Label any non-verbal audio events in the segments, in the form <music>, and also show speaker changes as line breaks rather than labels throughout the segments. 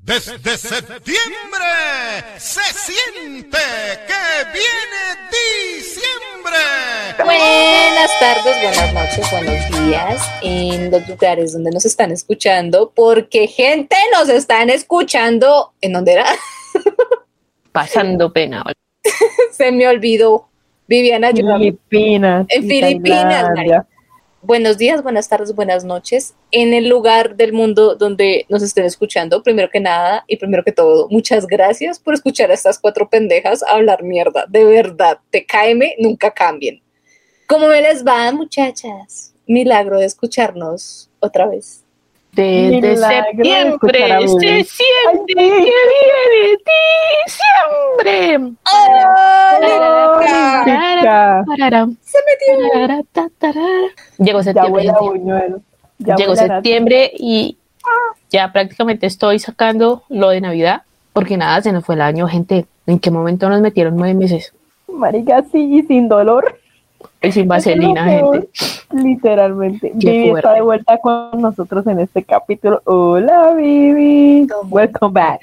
Desde septiembre se siente que viene diciembre.
Buenas tardes, buenas noches, buenos días en los lugares donde nos están escuchando, porque gente nos están escuchando. ¿En dónde era? <laughs>
pasando pena.
Se me olvidó. Viviana, ayúdame.
Filipinas.
En
y
Filipinas,
Tailandia.
Buenos días, buenas tardes, buenas noches. En el lugar del mundo donde nos estén escuchando, primero que nada y primero que todo, muchas gracias por escuchar a estas cuatro pendejas hablar mierda. De verdad, te caeme, nunca cambien. ¿Cómo me les va, muchachas? Milagro de escucharnos otra vez.
Desde
Milagro escuchar
septiembre
a Blue.
se siente que
Ay, sí.
viene diciembre.
¡Hola!
Chica,
Pararam, tarara, ta, tarara. Llegó
Ya huele
septiembre,
a buñuelo. Ya
llegó
huele a nata.
septiembre y ya prácticamente estoy sacando lo de Navidad, porque nada, se nos fue el año, gente. ¿En qué momento nos metieron nueve meses?
Marica, sí, y sin dolor.
Y sin <laughs> vaselina,
Es lo
gente.
peor, Literalmente.
Qué
Vivi está
fuerte.
de vuelta con nosotros en este capítulo. Hola, Vivi.
¿Cómo
Welcome back.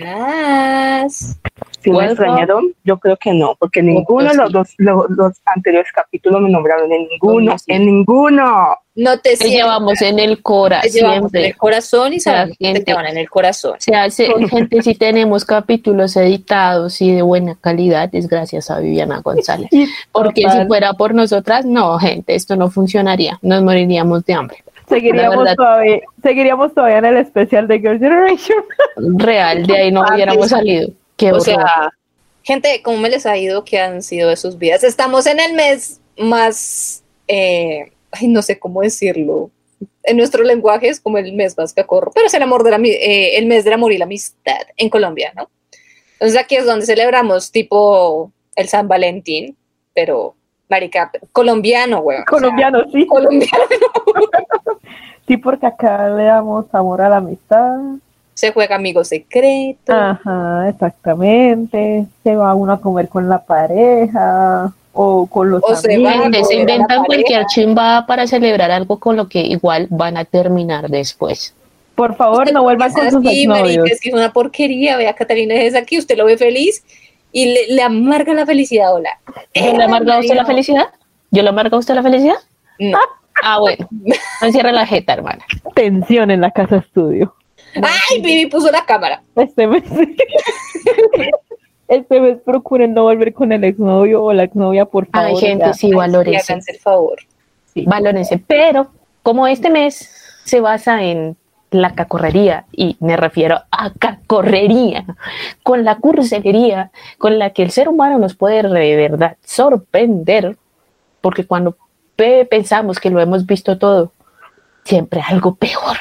Buenas.
Si me
Bueno.
extrañaron, yo creo que no, porque ninguno de
sí.
los, dos, los, los anteriores capítulos me nombraron en ninguno,
Bueno, sí.
en ninguno.
No te
Te
sientas,
llevamos en el cora
te llevamos en el
siempre.
corazón y sabemos que
gente.
te llevan en el corazón.
Se hace, gente, si tenemos capítulos editados y de buena calidad, es gracias a Viviana González.
Y
Porque si
total,
fuera por nosotras, no, gente, esto no funcionaría. Nos moriríamos de hambre. la
seguiríamos
verdad-
todavía, seguiríamos todavía en el especial de Girl Generation.
Real, de ahí no hubiéramos salido. Qué
O
horror.
<laughs>
sea, gente, ¿cómo me les ha ido? ¿Qué han sido de sus vidas? Estamos en el mes más, eh, ay, no sé cómo decirlo. En nuestro lenguaje es como el mes más cacorro, pero es el amor de la, mi- eh, el mes del amor y la amistad en Colombia, ¿no? Entonces aquí es donde celebramos tipo el San Valentín, pero marica colombiano, güey.
Colombiano, sí.
colombiano.
Sí, porque acá le damos amor a la amistad.
Se juega amigo secreto.
Ah, Ajá, exactamente. Se va uno a comer con la pareja o con los
O se
amigos.
van
Gente,
a
se
poder a
inventan
la
cualquier
pareja.
chimba para celebrar algo con lo que igual van a terminar después.
Por favor,
<laughs>
no vuelvan con sus
Sí, marica,
exnovios.
es que es una porquería. Vea, Catalina es aquí, usted lo ve feliz y le, le amarga la felicidad. Hola.
¿Yo le amarga a usted la felicidad? ¿Yo le amarga a usted la felicidad?
<laughs>
No.
Ah, bueno. No cierra la jeta, hermana.
Tensión en la casa estudio.
Ay, Vivi puso la cámara.
Este mes. <laughs> este mes procuren no volver con el exnovio o la exnovia, por favor.
Ay, gente,
ya.
sí,
Y
valórense.
háganse el favor.
Valórense. Pero, como este mes se basa en la cacorrería, y me refiero a cacorrería, con la cursilería con la que el ser humano nos puede de verdad sorprender, porque cuando pe- pensamos que lo hemos visto todo, siempre algo peor.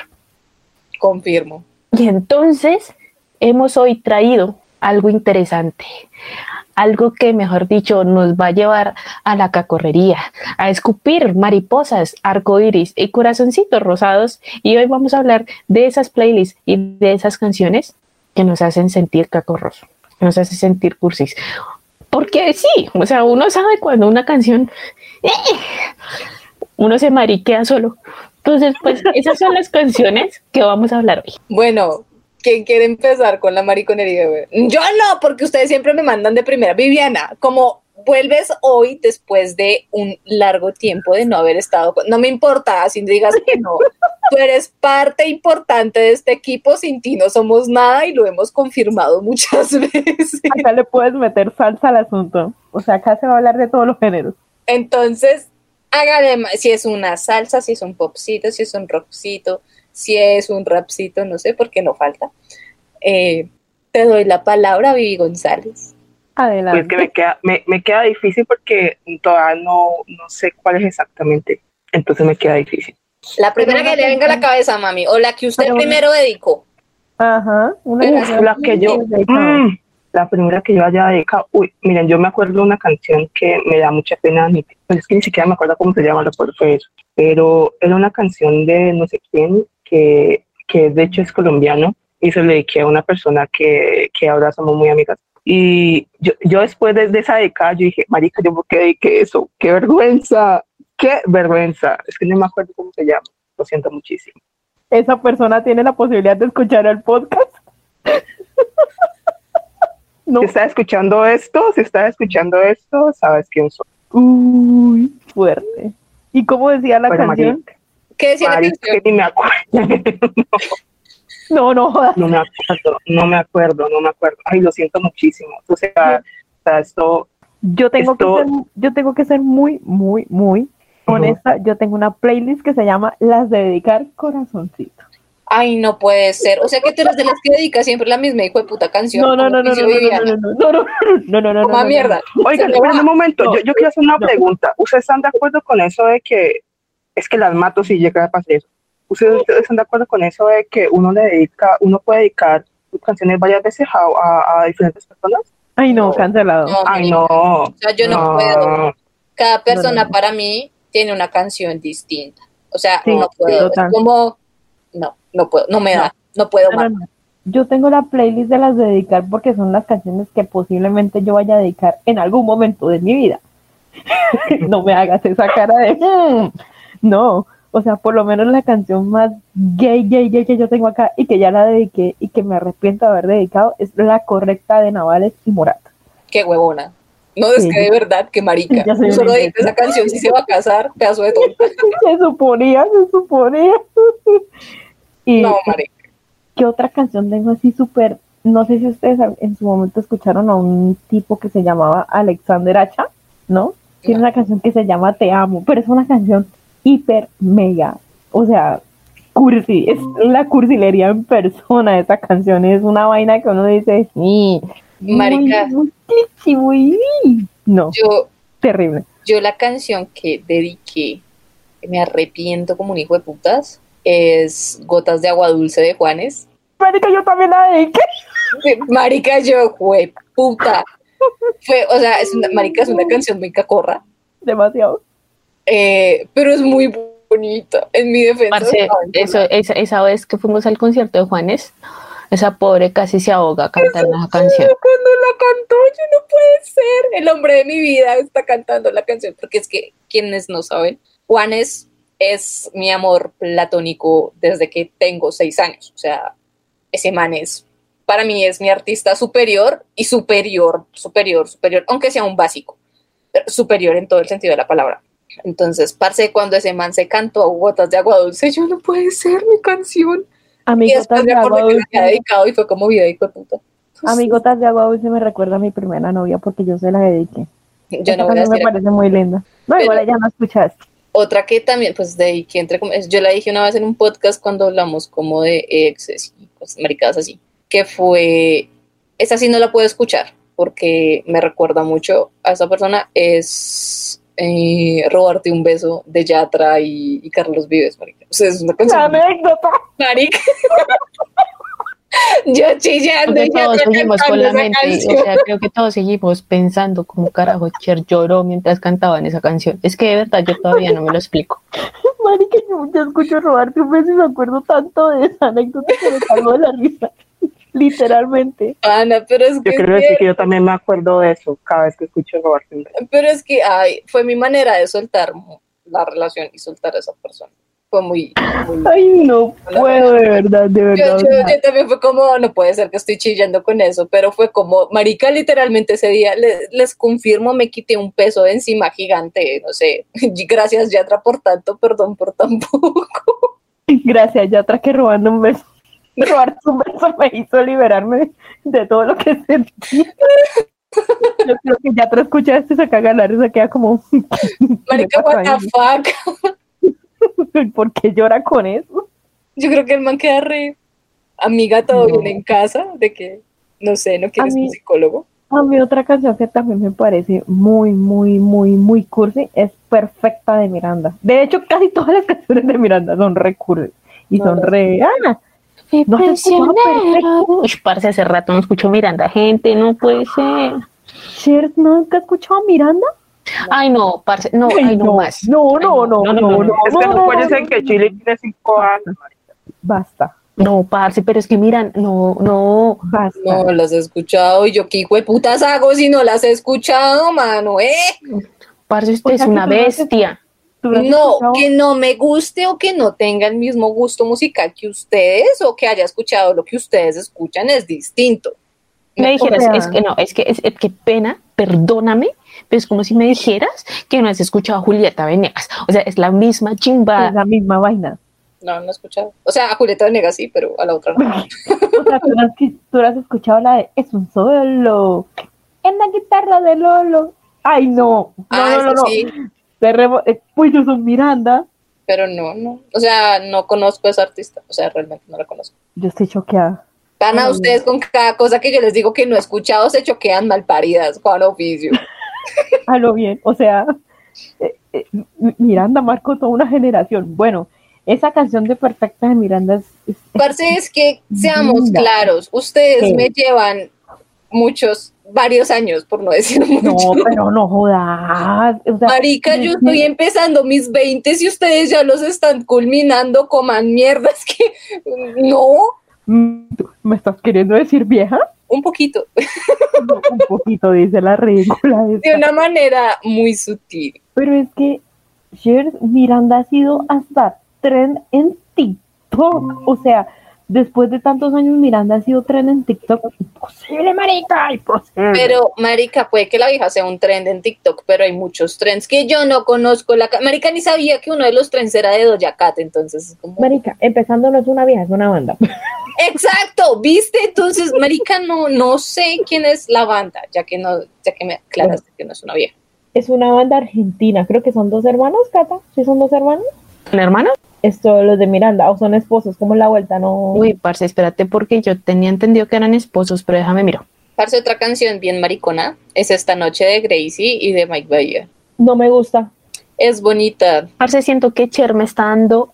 Confirmo.
Y entonces hemos hoy traído algo interesante, algo que, mejor dicho, nos va a llevar a la cacorrería, a escupir mariposas, arcoíris y corazoncitos rosados. Y hoy vamos a hablar de esas playlists y de esas canciones que nos hacen sentir cacorros, que nos hacen sentir cursis. Porque sí, o sea, uno sabe cuando una canción, ¡eh! uno se mariquea solo. Entonces, pues esas son las canciones que vamos a hablar hoy.
Bueno, ¿quién quiere empezar con la mariconería? güey? Yo no, porque ustedes siempre me mandan de primera. Viviana, como vuelves hoy después de un largo tiempo de no haber estado, con- no me importa, si digas que no. Tú eres parte importante de este equipo, sin ti no somos nada y lo hemos confirmado muchas <laughs> veces.
Acá le puedes meter salsa al asunto. O sea, acá se va a hablar de todos los géneros.
Entonces, hágale, ma- si es una salsa, si es un popcito, si es un rockcito, si es un rapcito, no sé, porque no falta. Eh, te doy la palabra, Vivi González.
Adelante.
Pues que me queda, me, me queda difícil porque todavía no, no sé cuál es exactamente. Entonces me queda difícil.
La primera que le venga a la cabeza, mami, o la que usted
Pero-
primero dedicó.
Ajá. Una
Uf,
canción
la que yo-
de-
Mm, la primera que yo haya dedicado, uy, miren, yo me acuerdo de una canción que me da mucha pena, ni, pues es que ni siquiera me acuerdo cómo se llama, lo cual fue eso. pero era una canción de no sé quién, que, que de hecho es colombiano, y se le dediqué a una persona que, que ahora somos muy amigas. Y yo, yo después de, de esa década, yo dije, marica, ¿yo por qué dediqué eso? ¡Qué vergüenza! ¡Qué vergüenza! Es que no me acuerdo cómo se llama, lo siento muchísimo.
Esa persona tiene la posibilidad de escuchar el podcast.
No.
Si estás escuchando esto, si estás escuchando esto, sabes quién soy.
Uy, fuerte. ¿Y cómo decía la
Bueno,
canción?
¿Qué decía la
Mari,
canción?
que ni me acuerdo. <laughs>
No, no jodas.
No me acuerdo, no me acuerdo, no me acuerdo. Ay, lo siento muchísimo. O sea, o sea, esto,
Yo tengo,
Esto-
que ser, yo tengo que ser muy, muy, muy honesta. Yo tengo una playlist que se llama Las de Dedicar Corazoncito.
Ay, no puede ser. O sea que tú eres de las que dedicas siempre la misma hijo de puta canción.
No, no,
como
no, no, no,
dice
no,
Viviana.
no, no, no, no, no, no, no, no, no,
Coma
no.
mierda. Se
Oigan,
me
esperen
va.
un momento,
No,
yo, yo quiero hacer una
no.
pregunta. ¿Ustedes están de acuerdo con eso de que es que las mato si llega a pasar eso? ¿Ustedes, ustedes están de acuerdo con eso de que uno le dedica, uno puede dedicar sus canciones varias veces a, a- a diferentes personas?
Ay, no, cancelado.
No,
Ay,
marica.
no.
O sea, yo no,
no.
puedo. Cada persona
no.
para mí tiene una canción distinta. O sea,
Sí,
no puedo.
total.
Es como, no, no puedo, no me da, no puedo
No, no,
más.
no. Yo tengo la playlist de las de dedicar porque son las canciones que posiblemente yo vaya a dedicar en algún momento de mi vida. <laughs> no me hagas esa cara de... "Mm". No, o sea, por lo menos la canción más gay, gay, gay que yo tengo acá y que ya la dediqué y que me arrepiento de haber dedicado es la correcta de Navales y Morat. <laughs>
Qué huevona. No, es
Sí.
que de verdad, que marica.
Ya soy
Solo
una
dedica esa canción si se va a casar, pedazo de tonta.
Se suponía, se suponía. <laughs> y,
No, marica.
¿Qué otra canción tengo así súper? No sé si ustedes al- en su momento escucharon a un tipo que se llamaba Alexander Hacha, ¿no? Tiene
No.
una canción que se llama Te Amo, pero es una canción hiper mega. O sea, cursi, es la cursilería en persona esa canción. Es una vaina que uno dice, sí, muy,
Marica,
muy cliché, muy- No,
yo,
terrible.
yo la canción que dediqué, que me arrepiento como un hijo de putas, es Gotas de Agua Dulce de Juanes.
Marica, yo también la dediqué.
Marica, yo, güey, puta. Fue, o sea, es una, marica, es una canción muy cacorra.
Demasiado.
Eh, pero es muy bonita. En mi defensa.
Parce,
saben,
eso, esa, esa vez que fuimos al concierto de Juanes, esa pobre casi se ahoga cantando esa canción.
Yo cuando la cantó, yo no puede ser. El hombre de mi vida está cantando la canción, porque es que quienes no saben, Juanes es mi amor platónico desde que tengo seis años. O sea, ese man es, para mí es mi artista superior y superior, superior, superior, aunque sea un básico, pero superior en todo el sentido de la palabra. Entonces, parce, cuando ese man se cantó a gotas de agua dulce, yo no puede ser mi canción. Y
Amigo,
después me acordé que la había dedicado y fue como vida y fue puta.
Amigotas de agua dulce me recuerda a mi primera novia porque yo se la dediqué.
Yo
Esa
no voy a
canción
decir.
me parece muy linda. No, igual
Pero-
ella no escuchaste.
Otra que también, pues de ahí que entre com- es- yo la dije una vez en un podcast cuando hablamos como de exes y cosas maricadas así, que fue, esa sí no la puedo escuchar porque me recuerda mucho a esa persona, es eh, Robarte un beso de Yatra y, y Carlos Vives, marica. O sea, es una canción,
anécdota. <laughs>
marica. <laughs> yo chillando
Porque
y
todos
Yatra
seguimos con
cantando
la
esa
mente,
canción.
o sea, creo que todos seguimos pensando como carajo Cher lloró mientras cantaban esa canción. Es que de verdad yo todavía no me lo explico.
Marica, yo, yo escucho robarte un beso y me acuerdo tanto de esa anécdota que me salgo de la risa. <laughs> Literalmente.
Ana, pero es que
Yo
es
quiero decir que yo también me acuerdo de eso cada vez que escucho Roberto.
pero es que ay, fue mi manera de soltar la relación y soltar a esa persona. Fue muy... muy-
Ay, no puedo, de verdad, de
Yo,
verdad.
yo- yo también fue como, no puede ser que estoy chillando con eso, pero fue como, marica, literalmente ese día, le- les confirmo, me quité un peso de encima gigante, no sé, <laughs> gracias Yatra por tanto, perdón por tan
<laughs>
poco.
Gracias, ya traje robando un beso. <laughs> Robarte un beso me hizo liberarme de todo lo que sentí. Yo creo que ya te escucha esto y se caga la risa, queda como...
<laughs>
<laughs>
Marica, what the fuck.
¿Por qué llora con eso?
Yo creo que el man queda re amiga todo
No.
bien en casa, de que, no sé, no quieres
A mí-
un psicólogo.
A mí otra canción que también me parece muy, muy, muy, muy cursi es Perfecta de Miranda. De hecho, casi todas las canciones de Miranda son re cursi y
No,
son
no.
re... ¡Ah! No se escuchaba perfecto.
Uy, parce, hace rato no escucho Miranda, gente, no puede ser.
Cher, ¿nunca has escuchado a Miranda?
Ay, no, parce, no,
Ay,
ay, no,
no,
más.
no,
Ay,
no, no, no, no.
Es que
no,
no,
no,
puede
no,
ser
no,
que
no.
Chile tiene cinco años.
Basta,
No, parce, pero es que miran, no, no.
basta.
No, las he escuchado y yo qué hijo de putas hago si no las he escuchado, mano, ¿eh?
Parce, usted
O
es
sea, que
una
tú no haces-
bestia.
¿Tú has
No,
escuchado?
que no me guste o que no tenga el mismo gusto musical que ustedes o que haya escuchado lo que ustedes escuchan es distinto.
me dijeras,
sea-
es que no, es que, es, es que pena, perdóname, pero es como si me dijeras que no has escuchado a Julieta Venegas. O sea, es la misma
Es
chimba.
la misma vaina.
No, no he escuchado. O sea, a Julieta Venegas sí, pero a la otra
<laughs>
no.
O sea, tú no, has, tú no has escuchado la de Es un solo. En la guitarra de Lolo. Ay, no. No,
ah,
no, no.
esa
no.
sí,
Cerremos- eh, pues yo soy Miranda.
pero no, no. O sea, no conozco a esa artista. O sea, realmente no la conozco.
Yo estoy choqueada.
Van a
Ay.
ustedes con cada cosa que yo les digo que no he escuchado, se choquean malparidas, Juan Oficio.
A lo bien. O sea, eh, eh, M- Miranda marcó toda una generación. Bueno, esa canción de Perfecta de Miranda es,
<laughs>
es-
Parce, es que seamos
Linda.
claros, ustedes
Sí.
me llevan muchos, varios años, por no decir mucho.
No, pero no jodas. O sea,
Marica, yo
sí,
estoy empezando mis 20 y ustedes ya los están culminando, coman mierdas <laughs> que no,
mm, ¿tú ¿Me estás queriendo decir vieja? <laughs>
un poquito,
No, Un poquito, dice la ridícula. esta.
de una manera muy sutil.
Pero es que Cher Miranda ha sido hasta tren en TikTok. O sea, después de tantos años, Miranda ha sido tren en TikTok. Imposible, marica, imposible.
Pero, Marica, puede que la vieja sea un trend en TikTok, pero hay muchos trends que yo no conozco. La ca- Marica ni sabía que uno de los trends era de Doja Cat, entonces es como...
Marica, empezando no es una vieja, es una banda.
Exacto, viste, entonces, marica, no, no sé quién es la banda, ya que no, ya que me aclaraste que no es una vieja.
Es una banda argentina, creo que son dos hermanos, Cata. ¿Sí son dos hermanos?
¿Una hermana?
Esto, los de Miranda, o son esposos, como la vuelta, no.
Uy, parce, espérate, porque yo tenía entendido que eran esposos, pero déjame miro.
Parce, otra canción bien maricona es Esta Noche de Gracie y de Mike Bayer.
No me gusta.
Es bonita,
Parce, siento que Cher me está dando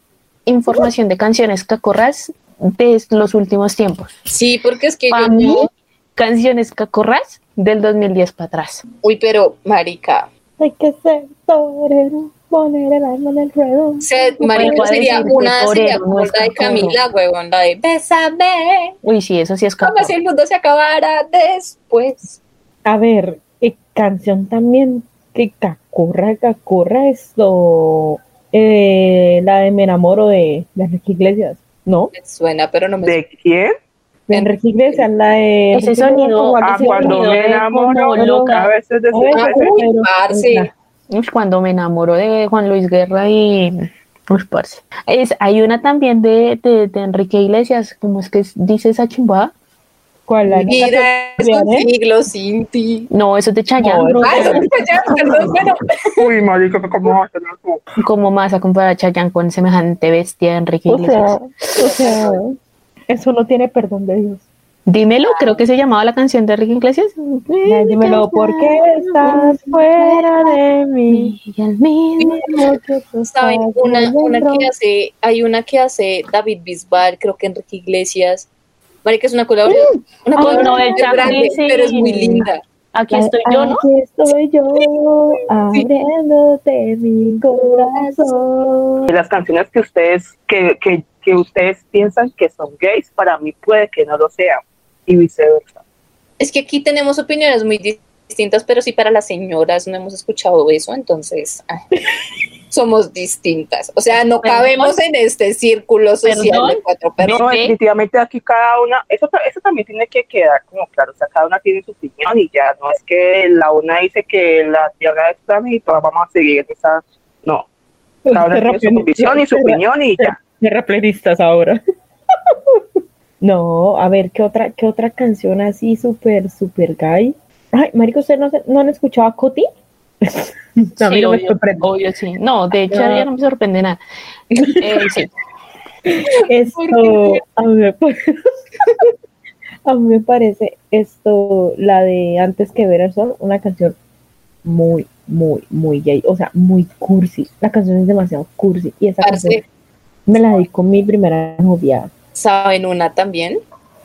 información de canciones cacorras de los últimos tiempos.
sí, porque es que yo
Para mí,
no,
canciones cacorras del 2010 para atrás.
uy, pero marica,
Hay que ser torero, poner el alma en el ruedo.
se, marica
igual
sería
decirte,
una sería
torero,
como
no es
la de
cacorro.
Camila, huevón, la de Bésame,
Uy, sí, eso sí es
como
cacorra.
si el mundo se acabara después.
A ver, eh, canción también que cacorra, cacorra esto. eh, la de Me enamoro de, de Enrique Iglesias, ¿no?
Me suena, pero no me suena.
¿De quién?
De Enrique Iglesias, la de.
Ese sonido,
Cuando
Ah,
ese
se
cuando
sonido
me
es como
enamoro,
loca.
a veces de
A veces,
Ah,
su-
uy,
pero-
parce,
Uy, cuando me enamoro de Juan Luis Guerra y. Uy, parce. Es, hay una también de, de, de Enrique Iglesias, como es que es- dice esa chumbada.
¿Cuál? La de-
mira, es un
¿eh?
siglo sin ti.
No, eso es de Chayanne,
No,
bro.
Ah, eso está ya, perdón, bueno,
Uy, marica, ¿cómo vas a hacer eso?
¿Cómo más a comparar a Chayanne con semejante bestia de Enrique
O sea,
Iglesias?
o sea, eso no tiene perdón de Dios.
Dímelo, creo que se llamaba la canción de Enrique Iglesias.
Ya, dímelo, ¿por qué estás fuera de mí?
Y al mismo-
saben, una, una que hace, hay una que hace David Bisbal, creo que Enrique Iglesias. Marica es una colaboración, una
Ah,
colaboración
no, el
muy grande,
Chaplin, sí.
pero es muy linda.
Aquí estoy yo, ¿no?
Aquí
<laughs>
estoy yo, abriéndote mi corazón.
Y las canciones que ustedes, que, que, que ustedes piensan que son gays, para mí puede que no lo sean, y viceversa.
Es que aquí tenemos opiniones muy dis- distintas, pero sí para las señoras no hemos escuchado eso, entonces ah,
<laughs>
somos distintas. O sea, no
Perdón.
cabemos en este círculo social de
Perdón.
cuatro
No,
personas.
definitivamente aquí cada una, eso, ta- eso también tiene que quedar como claro, o sea, cada una tiene su opinión y ya, no es que la una dice que la tierra es plana y todas vamos a seguir esa, no, cada una tiene su convicción y su opinión y ya.
Terraplenistas ahora. <laughs> No, a ver, ¿qué otra, qué otra canción así súper, súper gay? Ay, marico, ¿usted no, se- no han escuchado <laughs> a Coti? No, a mí
Sí,
no me
obvio,
sorprende.
obvio, sí. No, de hecho,
No.
ya no me sorprende nada. Eh, sí.
Esto, a mí, me pa- <laughs> a mí me parece esto, la de Antes que ver el sol, una canción muy, muy, muy gay, o sea, muy cursi. La canción es demasiado cursi y esa
Parce,
canción me la dedicó mi primera novia.
¿Saben una también?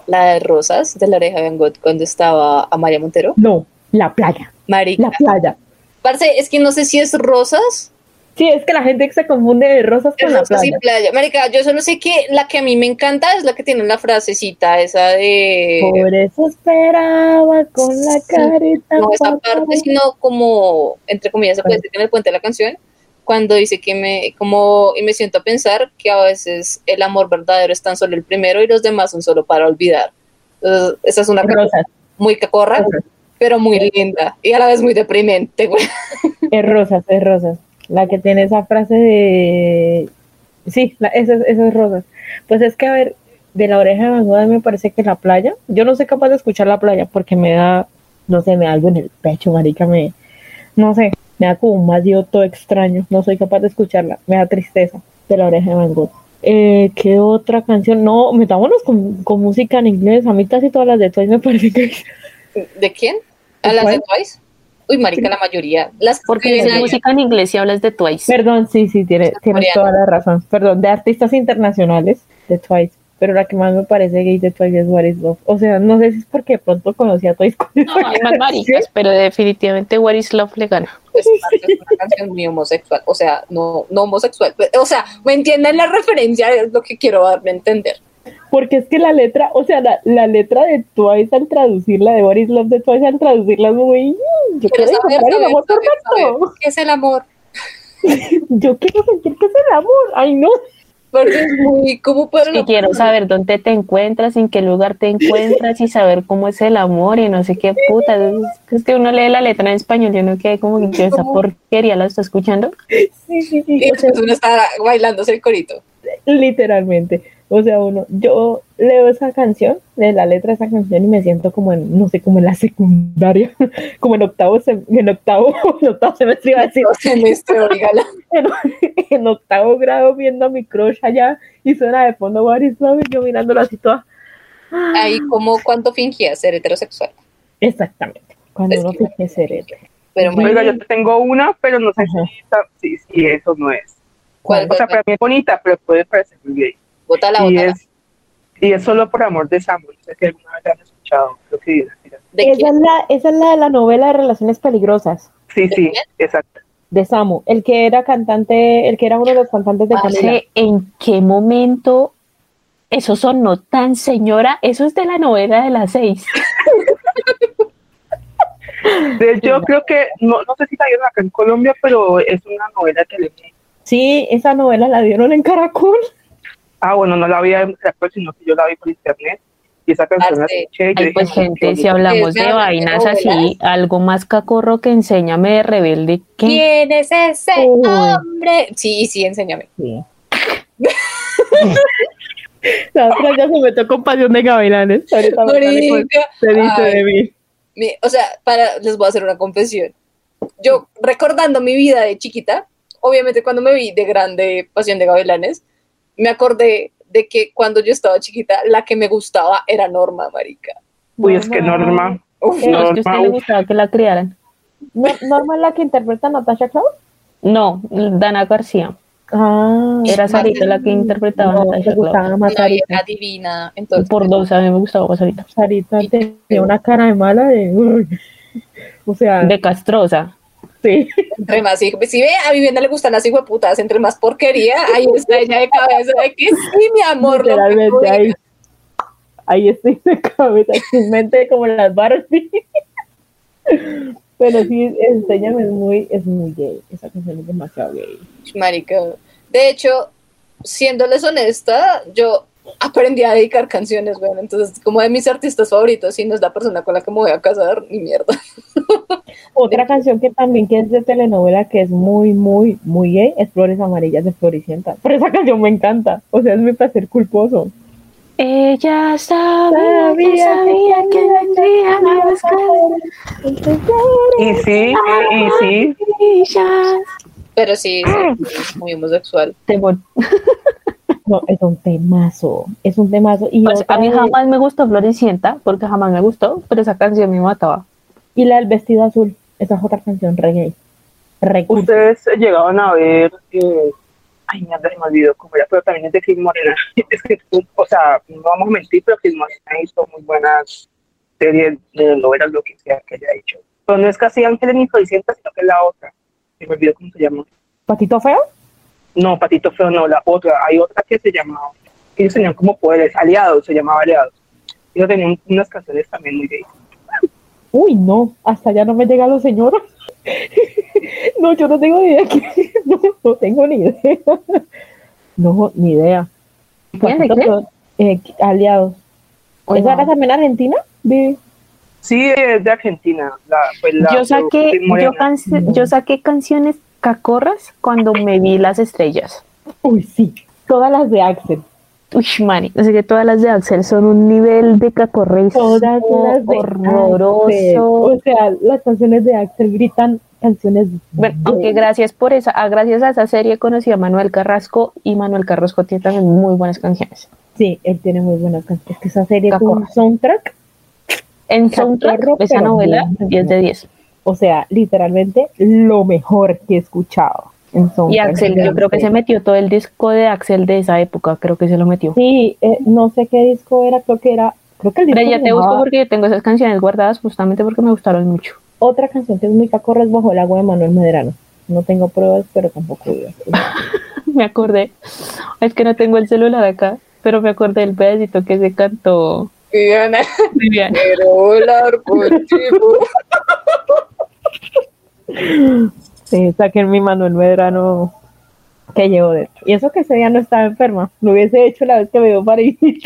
La de Rosas, de la oreja de Van Gogh, cuando estaba Amalia Montero.
No, la playa,
Marica.
la playa.
Parce, es que no sé si es Rosas
Sí, es que la gente se confunde de rosas con la
Rosas y
playa.
playa. Marica, yo solo sé que la que a mí me encanta es la que tiene la frasecita esa de...
Por eso esperaba con la
Sí,
carita.
no esa
guapa.
parte, sino como, entre comillas, se puede decir que en el puente de la canción, cuando dice que me, como, y me siento a pensar que a veces el amor verdadero es tan solo el primero y los demás son solo para olvidar. Entonces, esa es una
Rosas,
muy cacorra, pero muy linda y a la vez muy deprimente, güey.
Es Rosas, es Rosas. La que tiene esa frase de... Sí, la- esa, esa es Rosas. Pues es que, a ver, de la oreja de Van Gogh me parece que la playa... Yo no soy capaz de escuchar la playa porque me da... No sé, me da algo en el pecho, marica, me... No sé, me da como un vacío todo extraño. No soy capaz de escucharla, me da tristeza. De la oreja de Van Gogh. Eh, ¿Qué otra canción? No, metámonos con, con música en inglés. A mí casi todas las de Twice me <laughs> parece que...
¿De quién? ¿A las de Twice? Uy, marica, la mayoría. Las que
<laughs>
Porque
escriben
es
ahí.
música en inglés y hablas de Twice.
Perdón, sí, sí, tiene- tienes
coreano.
toda la razón. Perdón, de artistas internacionales, de Twice. Pero la que más me parece gay de Twice es What is Love. O sea, no sé si es porque de pronto conocí a Twice. <laughs> con
No,
esa
hay más
canción.
maricas, pero definitivamente What is Love le gana.
Pues, parce, es una canción muy homosexual, o sea, no, no homosexual, o sea, me entienden la referencia, es lo que quiero darme a entender.
Porque es que la letra, o sea, la, la letra de Twice al traducirla, de What is Love de Twice al traducirla es muy... Yo
Quiero
quiero
saber,
encontrar el
saber,
amor
saber,
perfecto.
saber, ¿Qué es el amor?
<laughs> Yo quiero sentir que es el amor. Ay, no.
Porque es muy, ¿cómo puedo?
Y quiero saber dónde te encuentras, en qué lugar te encuentras y saber cómo es el amor y no sé qué puta. Es, es que uno lee la letra en español y uno queda como que esa porquería la está escuchando.
Sí, sí, sí.
<laughs> Y
O sea,
entonces uno está bailándose el corito. <laughs>
literalmente. O sea, uno, yo leo esa canción, de la letra de esa canción y me siento como en, no sé, como en la secundaria, <laughs> como en octavo, sem- en octavo, <laughs> en octavo semestre iba a decir,
No sé, me estoy orgullosa.
en, en octavo grado viendo a mi crush allá y suena de fondo What is Love y yo mirándolo así toda.
Ahí, como cuánto fingía ser heterosexual?
Exactamente, cuando
Es
uno
que-
finge ser hétero.
Pero bueno,
Oiga, yo tengo una, pero no sé
Ajá.
si, esa- si, si eso no es.
¿cuál,
O
cuál,
sea, para
cuál?
mí es bonita, pero puede parecer muy gay.
Bótala,
y,
bótala.
es, y es solo por amor de Samuel. No sé si alguna vez la han escuchado. Creo que sí, sí,
¿De
Esa
quién?
es, la, esa es la de la novela de Relaciones Peligrosas
sí, sí,
quién?
exacto.
de Samu, el que era cantante, el que era uno de los cantantes
Ah,
de
No
Camila.
sé en qué momento eso sonó tan señora. Eso es de la novela de las seis.
De- yo creo que, no, no sé si la vieron acá en Colombia, pero es una novela de Telemundo.
Sí, esa novela la dieron en Caracol.
Ah, bueno, no la vi en Caracol, sino que yo la vi por internet. Y esa canción la
Parce.
escuché. y yo
Ay,
dije,
pues
"Qué
gente, si
bonita".
hablamos de
Esas
vainas
novelas.
así, algo más cacorro que enséñame de rebelde. ¿Qué?
¿Quién es ese
Uy.
hombre? Sí, sí, enséñame.
La otra ya se metió con pasión de gavilanes. Ahorita me sale con
Marica,
dedito de mí.
Mi- o sea, para, les voy a hacer una confesión. Yo, recordando mi vida de chiquita, obviamente cuando me vi de grande Pasión de Gavilanes, me acordé de que cuando yo estaba chiquita, la que me gustaba era Norma, marica.
Uy, es que Norma.
Uf,
No, es que a
Norma,
usted le
uf.
gustaba que la criaran.
No- Norma es la que interpreta a Natasha Cloud.
No, Dana García.
Ah,
Era
Ah,
Sarita la que interpretaba a
no,
Natasha
me
Cloud.
gustaba más
la vieja
Sarita.
divina. Entonces,
Por dos, a mí me gustaba más Sarita.
Sarita tenía una cara de mala de. uy. O sea,
De Castrosa.
sí.
entre más, hijo- pues, si ve, a Vivienda le gustan las putas, entre más porquería, ahí está ella de cabeza de que sí, mi amor, lo que tú
literalmente ahí.
digas.
Ahí estoy de cabeza, sin mente como las Barbie. Pero sí, enséñame, es muy, es muy gay. Esa canción es demasiado gay.
Marica. De hecho, siéndoles honesta, yo aprendí a dedicar canciones, bueno, entonces como de mis artistas favoritos y no es la persona con la que me voy a casar, ni mierda.
Otra canción que también que es de telenovela que es muy, muy, muy gay es Flores Amarillas de Floricienta. Pero esa canción me encanta. O sea, es mi placer culposo.
Ella sabía, que
Sabía
sabía que vendría a buscar
Y sí, y sí.
ella.
Pero sí, sí, es muy homosexual.
Te vol-
No, es un temazo. Es un temazo. Y,
Pues,
otra
a mí
de-
jamás me gustó Floricienta, porque jamás me gustó, pero esa canción me mataba.
y la del vestido azul. Esa es otra canción re gay. Re cursi.
Ustedes llegaron a ver. eh, ay, mierda, se me olvidó cómo era, pero también es de Cris Morena. <laughs> Es que, o sea, no vamos a mentir, pero Cris Morena hizo muy buenas series de novelas, lo que sea que haya hecho. Pero no es casi Ángeles ni Floricienta, sino que es la otra. Se me olvidó cómo se llama.
¿Patito feo?
No, Patito Feo, no, la otra. Hay otra que se llamaba. Ellos tenían como poderes, aliados, se llamaba aliados. Ellos tenían unas canciones también muy gays.
Uy, no. Hasta allá no me llega los señores. <laughs> no, yo no tengo ni idea. quién- <laughs> No, no tengo ni idea. no, ni idea.
¿Quién de quién?
Eh, aliados.
Oye,
¿Esa era también argentina? Vivi?
Sí, es de Argentina. La, pues la
yo saqué,
producción
yo,
morena.
canc- yo saqué canciones cacorras cuando me vi las estrellas.
Uy, sí. Todas las de Axel.
Uy, mani, así que todas las de Axel son un nivel de cacorrismo
Todas las de Axel.
Oh, horroroso.
O sea, las canciones de Axel gritan canciones.
Bueno, aunque gracias por esa, a- gracias a esa serie conocí a Manuel Carrasco y Manuel Carrasco tiene también muy buenas canciones.
Sí, él tiene muy buenas canciones. Que esa serie con un
Cacorra.
soundtrack
En soundtrack,
Cacorro,
esa
pero
novela,
bien.
10 de 10.
O sea, literalmente lo mejor que he escuchado en
Y
soundtrack.
Axel, yo creo que se metió todo el disco de Axel de esa época, creo que se lo metió.
Sí, eh, no sé qué disco era, creo que era. Creo que el disco.
Pero ya
se
te busco
llamaba-
porque yo tengo esas canciones guardadas justamente porque me gustaron mucho. <laughs>
Otra canción que es muy cacorra es Bajo el agua de Manuel Medrano. No tengo pruebas, pero tampoco dudas.
Me acordé. Es que no tengo el celular acá, pero me acordé del pedacito que se cantó.
Viviana,
Muy bien.
quiero volar por ti.
Sí, saquen mi Manuel Medrano que llevo dentro. Y eso que ese día no estaba enferma. Lo hubiese hecho la vez que me dio parálisis.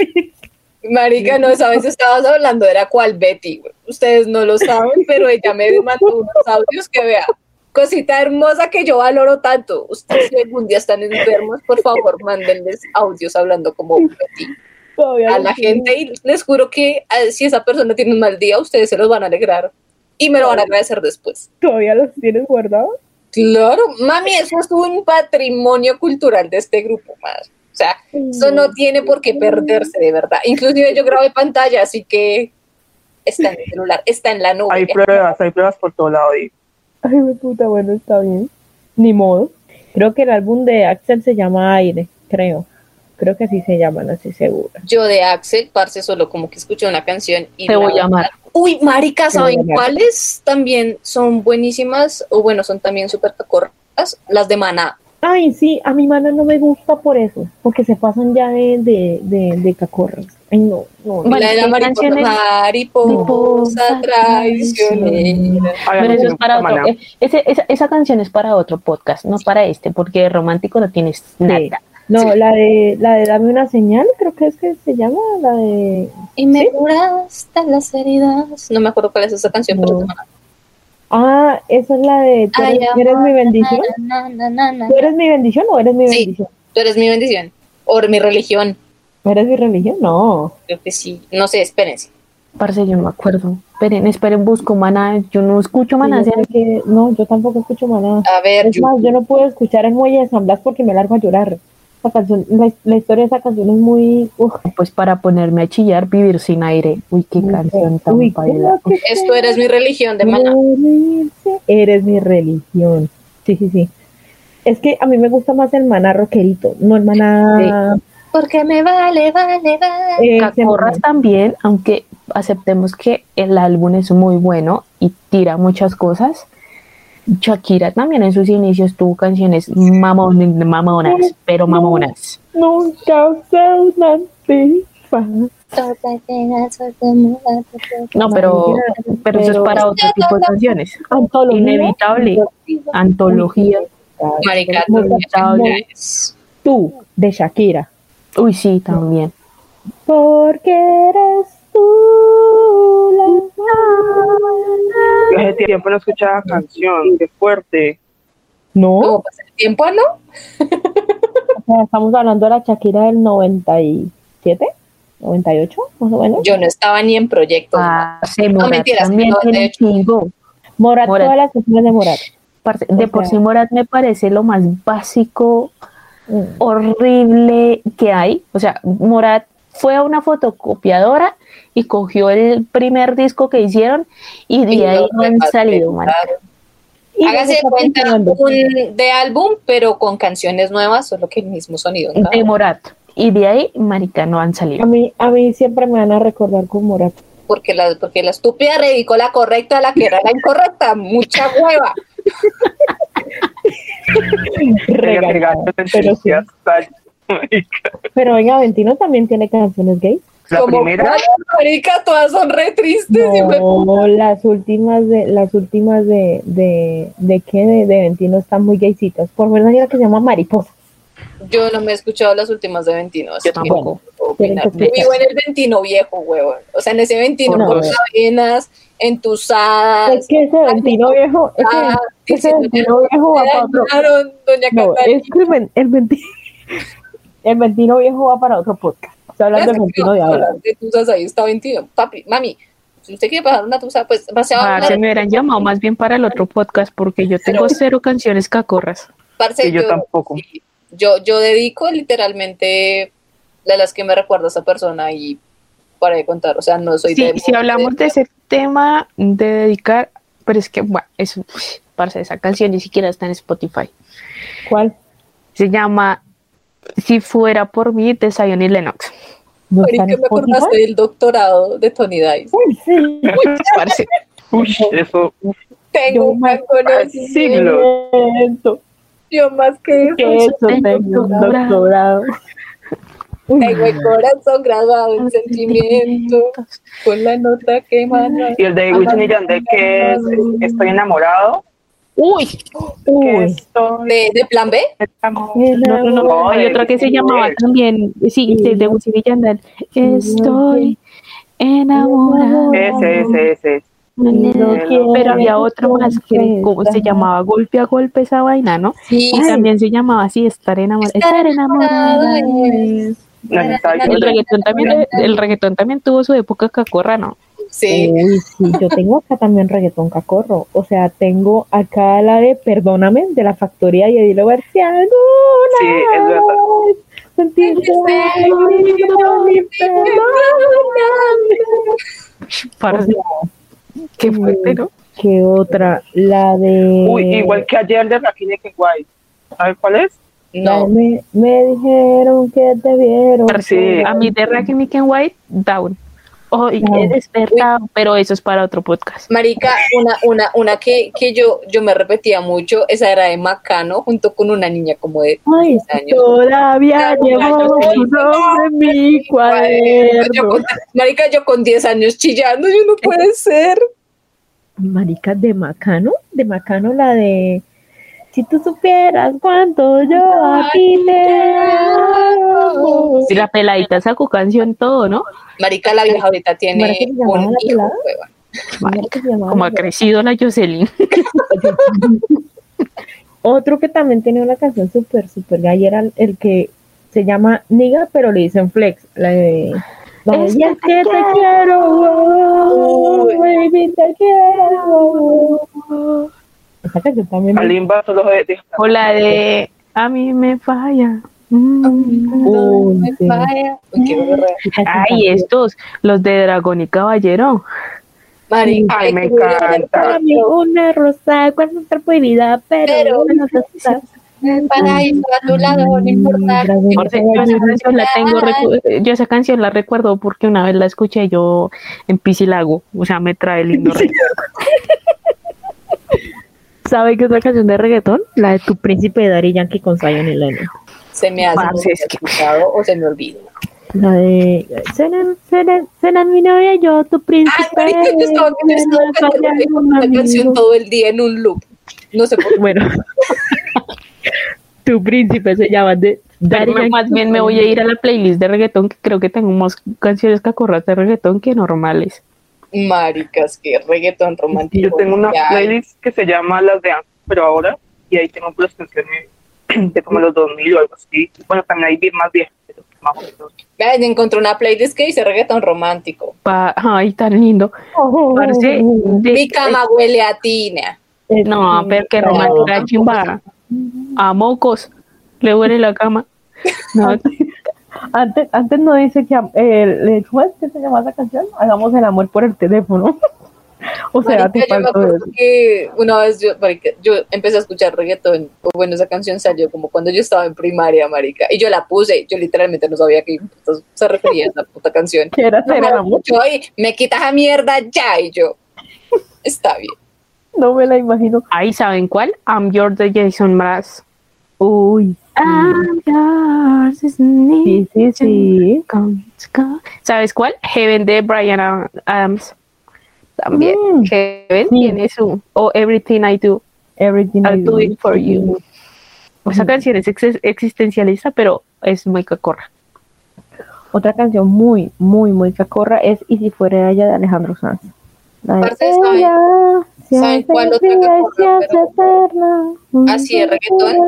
Marica, no sabes, estabas hablando, era cual Betty. güey. Ustedes no lo saben, pero ella me mandó unos audios que vea. Cosita hermosa que yo valoro tanto. Ustedes si algún día están enfermos, por favor, mándenles audios hablando como Betty
Todavía
a
lo
la
tengo.
gente. Y les juro que eh, si esa persona tiene un mal día, ustedes se los van a alegrar y me lo van a agradecer después.
¿Todavía los tienes guardados?
Claro, mami, eso es un patrimonio cultural de este grupo, más. O sea, eso no tiene por qué perderse, de verdad. Inclusive yo grabé pantalla, así que está en el celular, está en la nube.
Hay pruebas, hay pruebas por todo lado. Y
Ay, mi puta, bueno, está bien. Ni modo. Creo que el álbum de Axel se llama Aire, creo. Creo que así se llama, no estoy segura.
Yo de Axel, parce, solo como que escuché una canción y...
Te
la-
voy a llamar.
Uy, marica,
Te voy a
¿saben
llamar.
cuáles? También son buenísimas, o bueno, son también súper cacorras, las de Maná.
Ay, sí, a mi mana no me gusta por eso, porque se pasan ya de, de, de, de cacorras. Ay, no, no. no.
Bueno,
la de la
¿qué
mariposa,
canciones?
mariposa
Mariposa
traicionera.
Pero eso es para otro. eh, ese- esa, esa canción es para otro podcast, no para este, porque de romántico no tienes
Sí.
nada.
No, la de la de Dame una señal, creo que es que se llama la de
Y me curaste las heridas. No me acuerdo cuál es esa canción, pero
No.
es de Maná.
Ah, esa es la de ¿Tú
Ay,
eres, tú eres mi bendición?
Na, na, na, na.
¿Tú eres mi bendición o eres mi
Sí.
bendición?
Tú eres mi bendición. O mi religión.
¿Eres mi religión? No.
Creo que sí. No sé, espérense.
Parce, yo no me acuerdo. Esperen, esperen, busco maná. Yo no escucho maná.
Sí, yo
¿sí?
sé que- no, yo tampoco escucho maná.
A ver,
Es
yo-
más, yo no puedo escuchar el muelle de San Blas porque me largo a llorar. La, canción, la, la historia de esa canción es muy. uf,
Pues para ponerme a chillar, vivir sin aire. Uy, qué
muy
canción
fea.
tan
Uy,
baila.
creo que
es tú eres mi religión de Maná.
morirse, Eres mi religión. Sí, sí, sí. Es que a mí me gusta más el maná rockerito, no el maná.
Porque me vale, vale, vale.
eh, ese
Cacorras
maná.
también, aunque aceptemos que el álbum es muy bueno y tira muchas cosas. Shakira también en sus inicios tuvo canciones mamon- mamonas, pero mamonas.
Nunca usé una antifa.
No, pero, pero eso es
Pero-
para otro tipo de canciones.
Antología.
Inevitable. Antología.
Marica,
No,
tú
no,
eres
no.
mi religión.
Tú, de Shakira.
Uy, sí, también.
Porque eres tú la
Yo hace tiempo no escuchaba canción, qué fuerte.
No,
¿Cómo pasa el tiempo, no?
o sea, estamos hablando de la Shakira del 97, 98, más o menos.
Yo no estaba ni en proyecto.
Parce,
No,
Ah, Morat
mentiras,
también
no, de
tiene
hecho.
chingo.
Morat,
Morat.
todas las canciones de Morat.
Parce, de
O
por
sea-
sí Morat me parece lo más básico,
Mm.
horrible que hay. O sea, Morat fue a una fotocopiadora y cogió el primer disco que hicieron y de
Y
ahí
lo
no han
repatriaron.
salido, man.
Y
Hágase
nos
de
está
cuenta
funcionando.
un de álbum, pero con canciones nuevas, solo que el mismo sonido. ¿no?
De Morat. Y de ahí, marica, no han
A
salido.
mí, a mí siempre me van a recordar con Morat.
Porque, la, porque la estúpida dedicó la correcta a la que era la incorrecta. Mucha hueva.
Regalar
Regalado, pero, sí. pero venga, Ventino también tiene canciones gay.
La primera,
"Ay, marica, todas son re tristes. y me-
No, las últimas de, las últimas de, de, de qué, de, de Ventino están muy gaycitas. Por menos hay una que se llama Mariposa.
Yo no me he escuchado las últimas de 29. así
Yo
que
tampoco.
no puedo opinar.
Tienen que
Yo vivo en el 29 viejo, huevón. O sea, en ese 29
Bueno,
con
bueno.
cadenas, entusadas.
Es que ese ventino viejo, es
ah,
que ese
diciendo,
ventino viejo va para otro.
dañaron, doña
<laughs>
No,
Catalina.
es que el, ven-
<laughs>
el ventino, el ventino viejo va para otro podcast. Estoy hablando del ventino de ahora.
De tusas ahí está 29. Papi, mami, si usted quiere pasar una tusa, pues pase a
Ah,
una
se me hubieran llamado más bien para el otro podcast porque yo tengo cero canciones cacorras.
parce,
Y yo tampoco.
Yo, yo dedico literalmente de las que me recuerda esa persona y para de contar, o sea, no soy
Sí,
de...
si hablamos de ese tema de dedicar, pero es que, bueno, eso, parce, esa canción ni siquiera está en Spotify.
¿Cuál?
Se llama Si fuera por mí, de Zion y Lennox.
¿No
Marica,
está en
me acordaste
Spotify?
del doctorado de Tony Dice.
Uy, sí.
<laughs> Parce,
Uy, eso, uf,
Tengo
Yo
un
me
gran conocimiento
siglo.
Siento
más que
que
eso.
eso tengo un doctorado.
Tengo el corazón grabado en sentimiento con la nota que emana.
Y el de Wisin y Yandel que es Estoy enamorado.
Uy,
Que
Uy,
estoy
¿De, de plan B?
enamorado.
no, no, no,
No, eh,
hay
de
otra que se
Wisin y
llamaba
Yandel.
también, sí, de, de Wisin y Yandel. Estoy enamorada.
Ese, ese, ese. ese.
Pero había otro más que como se llamaba golpe a golpe esa vaina, ¿no?
Sí,
Y también se llamaba así, estar enamorada. Estar enamorada.
es-
No, no, está bien.
El reggaetón, también, el reggaetón también tuvo su época cacorra, ¿no?
Sí,
Uy, sí, yo tengo acá también reggaetón cacorro. O sea, tengo acá la de Perdóname de la factoría y Edilo García. alguna
Sí, es verdad.
vez sentiste alivio, mi perdóname.
Para, qué fuerte, ¿no?
¿Qué otra? La de.
Uy, igual que ayer de Raquel que guay. ¿Sabes cuál es?
la de
no.
me, me dijeron que te vieron.
Ah, Sí.
A mí de Rack and White, down. Oh, y
Down.
he despertado, pero eso es para otro podcast.
Marica, una, una, una que, que yo, yo me repetía mucho, esa era de Macano, junto con una niña como de
Ay,
10 años.
todavía
Claro,
llevo
claro,
tu
sí.
nombre en mi
Yo
cuaderno.
con- marica, yo con 10 años chillando, yo no puede ser.
Marica, de Macano, de Macano la de si tú supieras cuánto yo a ti te amo.
Y la peladita sacó canción todo, ¿no?
Marica, la vieja ahorita tiene
Marica, ¿se llamaba
un
la
hijo,
pelada?
huevón.
Marica,
¿Cómo se llamaba?
Como ha crecido la Jocelyn.
Otro que también tenía una canción súper, súper gay era el que se llama Niga, pero le dicen Flex. La de, la de,
Es
"Y
que
es que te quiero, wow,
Uy.
baby, te quiero. wow, wow". Esa canción también me
Kalimba solo de, de-
O la de A mí me falla. Mm.
No
Uy,
me
sí.
falla. Uy,
Mm.
qué berrea.
Ay, estos, los de Dragón y Caballero.
Marica,
Ay, me
qué berrea.
encanta.
Para mí una rosa con nuestra prohibida, pero,
Pero-
una rosa.
Para ir a tu lado, no importa.
Gracias.
Por cierto, yo esa canción la tengo recu- yo esa canción la recuerdo porque una vez la escuché yo en Piscilago, o sea, me trae lindo recuerdo. ¿Sabe qué otra canción de reggaetón?
La de tu príncipe de Daddy Yankee con Zion y Lennon.
Se me hace
Parce,
muy
es que-
escuchado o se me olvida.
La de Serán, serán, serán mi novia y yo, tu príncipe.
Ay,
Ah,
marica, yo estaba, yo estaba
Serán
cantando
un
esta
amigo.
canción todo el día en un loop. No sé por qué.
<laughs>
Bueno, tu príncipe se llama de Daddy
Pero me- más bien me voy a ir a la playlist de reggaetón que creo que tengo más canciones cacorras de reggaetón que normales.
Maricas, que reggaetón romántico.
Yo tengo una
Ya,
playlist que se llama Las de antes, pero ahora, y ahí tengo puras canciones <clears throat> de como los 2000 o algo así. Bueno, también hay bien más viejas, pero más o menos.
Vean, encontré una playlist que dice reggaetón romántico.
Pa- Ay, tan lindo. Parce, de-
Mi cama huele a tina.
Este,
No, pero que
No,
romántica chimba. A mocos. Le huele la cama. No,
Antes, antes no dice que eh, ¿cómo es que se llama esa canción? Hagamos el amor por el teléfono. <laughs> o sea,
Marica, yo
te
me
faltó
acuerdo
eso.
que una vez yo, marica, yo empecé a escuchar reggaetón. o Bueno, esa canción salió como cuando yo estaba en primaria, marica. Y yo la puse. Yo literalmente no sabía a qué putas se refería esa puta
<laughs>
canción.
Que era hacer el
No,
amor.
yo, "Ay, me quitas a mierda ya. Y yo, está bien.
No me la imagino.
Ahí saben cuál. I'm yours de Jason Mraz.
Uy,
I'm yours is me.
sí, sí, sí.
Come, come. ¿Sabes cuál? Heaven de Brian Ad- Adams. También.
Mm.
Heaven
Sí.
tiene su. O Everything I Do. Ah,
Everything I
I'll
do. Mm.
do it for you. Esa canción es ex- existencialista, pero es muy cacorra.
Otra canción muy, muy, muy cacorra es Y si fuera ella de Alejandro Sanz. La de
Aparte, ¿saben-
ella se
saben
hace
cuál otra
fría y
cacorra?
se hace
Pero-
eterna. Mm,
Así de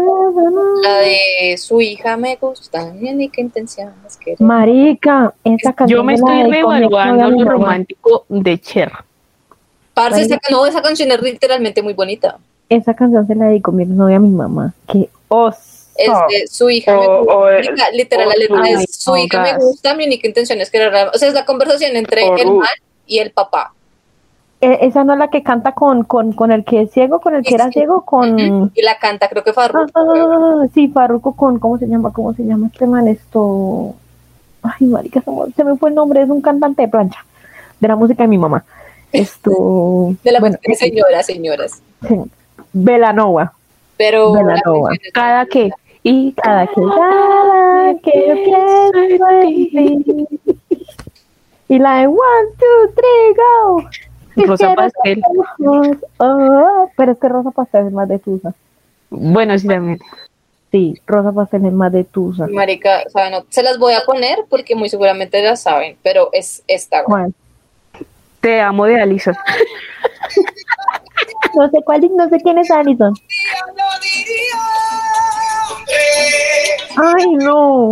reggaetón, La de su hija me gusta, ni qué intención es que
Marica, esa canción.
Yo me
me la
estoy
dedicó mi
reevaluando
exnovia a mi
lo
mamá.
romántico de Cher.
Parce, esa, no, esa canción es literalmente muy bonita.
Esa canción se la dedicó mi novia a mi mamá. Que os.
Es de su hija me
O-
Oh,
gusta.
o el-
Literal, literal, la
o
letra
Ay,
es su
no,
hija me
gas.
gusta, mi única intención es que era. O sea, es la conversación entre
O
el
Ruth.
man y el papá.
Eh, esa no es la que canta con, con, con el que es ciego, con el que era
Sí, sí.
ciego, con.
Ujú, Y la canta, creo que Farru.
Ah, sí, Farruko con, ¿cómo se llama? ¿Cómo se llama este man? Esto. Ay, marica, se me- se me fue el nombre, es un cantante de plancha, de la música de mi mamá. Esto.
De la
bueno, eh,
música de señoras, señoras.
Velanova.
Pero.
De la
la
nova.
canción es-
Cada que. Y
Cada que, cada que pienso en ti. Y la de One, Two, Three, Go.
Rosa
Quisiera
Pastel.
ser mejor. Oh, pero es que Rosa Pastel es más de Tusa.
Bueno, sí, también.
Sí, Rosa Pastel es más de Tusa.
Marica, o sea, no, se las voy a poner porque muy seguramente las saben, pero es esta. güey.
¿Cuál?
Te amo de Alison.
No sé cuál, es, no sé quién es Alison. Ay, no.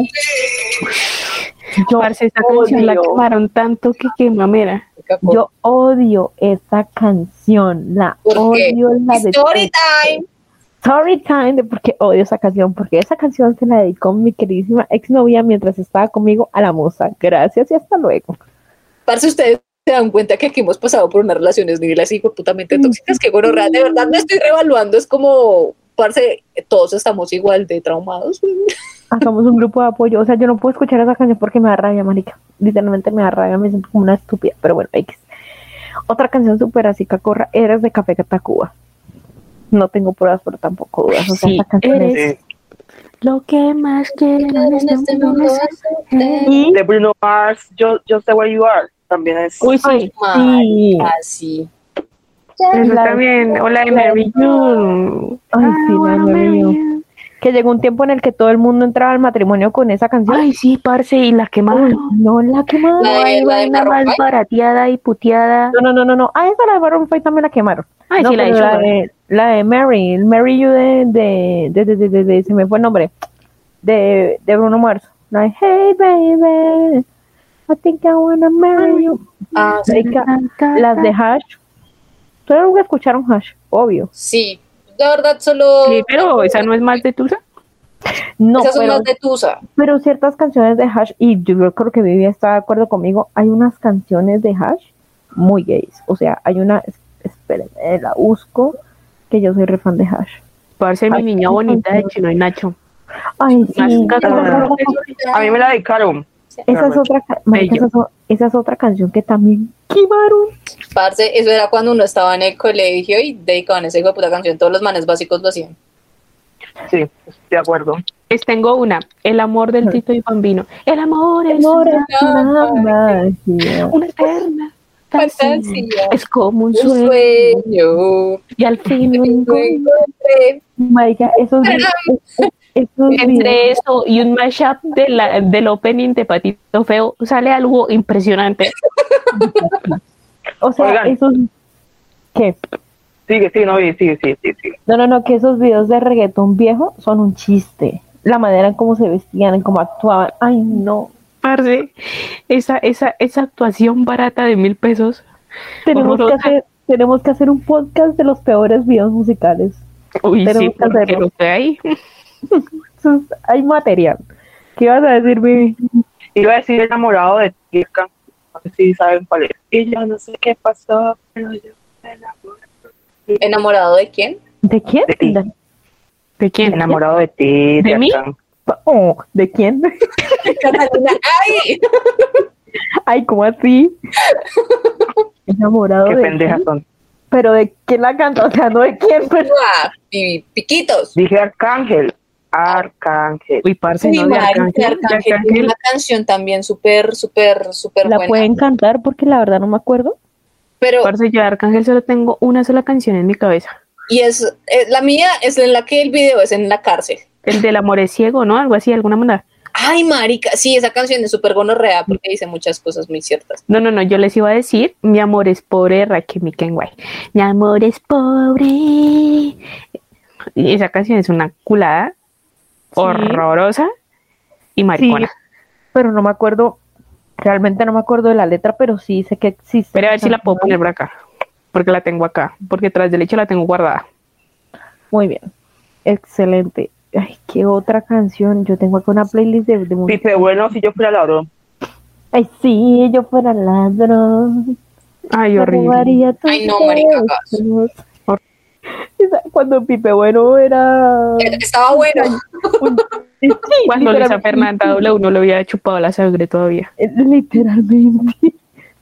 Yo,
Parce, esa canción la
odio.
quemaron tanto que qué mamera.
Marica, con-
yo odio esa canción. La
¿Por qué?
odio, la
Story
detesto.
time.
Story time de por qué odio esa canción, porque esa canción se la dedicó mi queridísima exnovia mientras estaba conmigo a la musa. Gracias y hasta luego.
Parce, ustedes se dan cuenta que aquí hemos pasado por unas relaciones niveles y putamente tóxicas que bueno, de verdad me estoy revaluando, es como, parce, todos estamos igual de traumados. güey.
Hagamos un grupo de apoyo. O sea, yo no puedo escuchar esa canción porque me da rabia, marica. Literalmente me da rabia, me siento como una estúpida. Pero bueno, X. Otra canción súper así, Cacorra, Eres de Café Tacuba. No tengo pruebas, pero tampoco dudas. O sea,
Sí,
esa canción es-
de,
Lo que más quiero en este mundo es-
Y
de Bruno Mars, Yo- Just the Way You Are, también es.
Uy, sí.
Ay,
Ay,
sí.
Así.
Eso
la-
también. Hola, de Mary You.
Ay,
I
sí, la de
wanna
Mary
marry
You.
you.
que llegó un tiempo en el que todo el mundo entraba al matrimonio con esa canción.
Ay, sí, parce, y la
Ay,
quemaron.
no la quemaron.
La
No
de-
hay
la de
vaina
Maroon
más
five.
barateada y puteada.
No, no, no, no, no. Ah, esa la de Baron Fight también la quemaron.
Ay,
No,
sí, la de
pero la,
Sugar.
de, la de Mary, el Mary You de, de, de, de, de, de- de- se me fue el nombre, de, de Bruno Mars. La de Hey Baby, I think I wanna marry you.
Ah, sí.
Marica, las de Hash. Ustedes nunca escucharon Hash, obvio.
sí. La verdad, solo.
Sí, pero esa no es más de Tusa.
No,
Esas son
pero,
las de Tusa.
pero ciertas canciones de Hash, y yo creo que Vivi está de acuerdo conmigo, hay unas canciones de Hash muy gays. O sea, hay una, es- espérenme, la busco, que yo soy re fan de Hash.
Parce, mi
Ay,
niña
sí,
bonita de
sí.
Chino y Nacho.
Ay, sí.
Más Pues,
Ah.
cacorra.
A mí me la dedicaron.
Esa es
Claro.
otra, ca- marica,
Bello.
esa, es o- esa es otra canción que también quemaron.
Parce, eso era cuando uno estaba en el colegio y dedicaban esa hijo de puta canción. Todos los manes básicos lo hacían.
Sí, de acuerdo.
Les tengo una. El amor del Tito y Bambino. El amor es
Ahora
una,
es una magia.
una eterna fantasía.
Fantasía.
Es como un
pues, Un
sueño.
sueño.
Y al fin lo
Un
encontré.
sueño.
Marica, esos vi- esos
Entre
videos-
eso y un mashup de la, del opening de Patito Feo sale algo impresionante.
o sea,
Oigan.
esos ¿Qué?
Sigue, sí, no, sigue, sigue, sigue, sigue.
No, no, no, que esos videos de reggaetón viejo son un chiste. La manera en cómo se vestían, en cómo actuaban. Ay, no.
Parce, esa, esa, esa actuación barata de mil pesos.
Tenemos que
Horrorosa.
hacer tenemos que hacer un podcast de los peores videos musicales.
Uy,
Tenemos
sí,
que hacerlo.
porque lo que hay.
Eso es- Hay material. ¿Qué ibas a decir, Vivi?
Iba a decir enamorado de Tirka. No sé si saben cuál es. Y yo no sé qué pasó, pero yo me enamoré.
¿Enamorado de quién?
¿De quién?
De ti.
De-
¿De quién?
Enamorado de ti,
¿De mí?
Tirka.
oh, ¿De quién? <laughs>
Catalina. ¡Ay!
Ay, ¿cómo así? Enamorado
Qué
de
pendejas
quién?
son.
Pero de quién la canta, o sea, no de quién, pues, pero
¡Guau! Y Piquitos.
Dije Arcángel. Arcángel.
Uy, parce,
Uy,
no, de
marica,
Arcángel, de
Arcángel,
Arcángel.
Una canción también súper, súper, súper
la
buena.
pueden cantar porque la verdad no me acuerdo.
Pero,
Parce, yo de Arcángel solo tengo una sola canción en mi cabeza.
y es, eh, la mía es en la que el video es en la cárcel.
El del amor es ciego, ¿no? Algo así, de alguna manera.
Ay, marica, sí, esa canción es súper gonorrea porque dice muchas cosas muy ciertas.
No, no, no, yo les iba a decir, mi amor es pobre, Raquel Mikenway. Mi amor es pobre. Y esa canción es una culada horrorosa y maricona.
Sí, pero no me acuerdo, realmente no me acuerdo de la letra, pero sí sé que existe.
Pero a ver si la puedo poner por acá, porque la tengo acá, porque tras del hecho la tengo guardada.
Muy bien, excelente. Ay, qué otra canción. Yo tengo acá una playlist de, de música.
Pipe, bueno, si yo fuera ladrón.
Ay, sí, yo fuera ladrón.
Ay,
me
horrible.
robaría tus
Ay, no, marica,
besos. Esa- Cuando Pipe Bueno era.
Eh, Estaba
<laughs>
bueno.
Cuando Luisa
literalmente.
Fernanda W no le había chupado la sangre todavía.
Eh, Literalmente.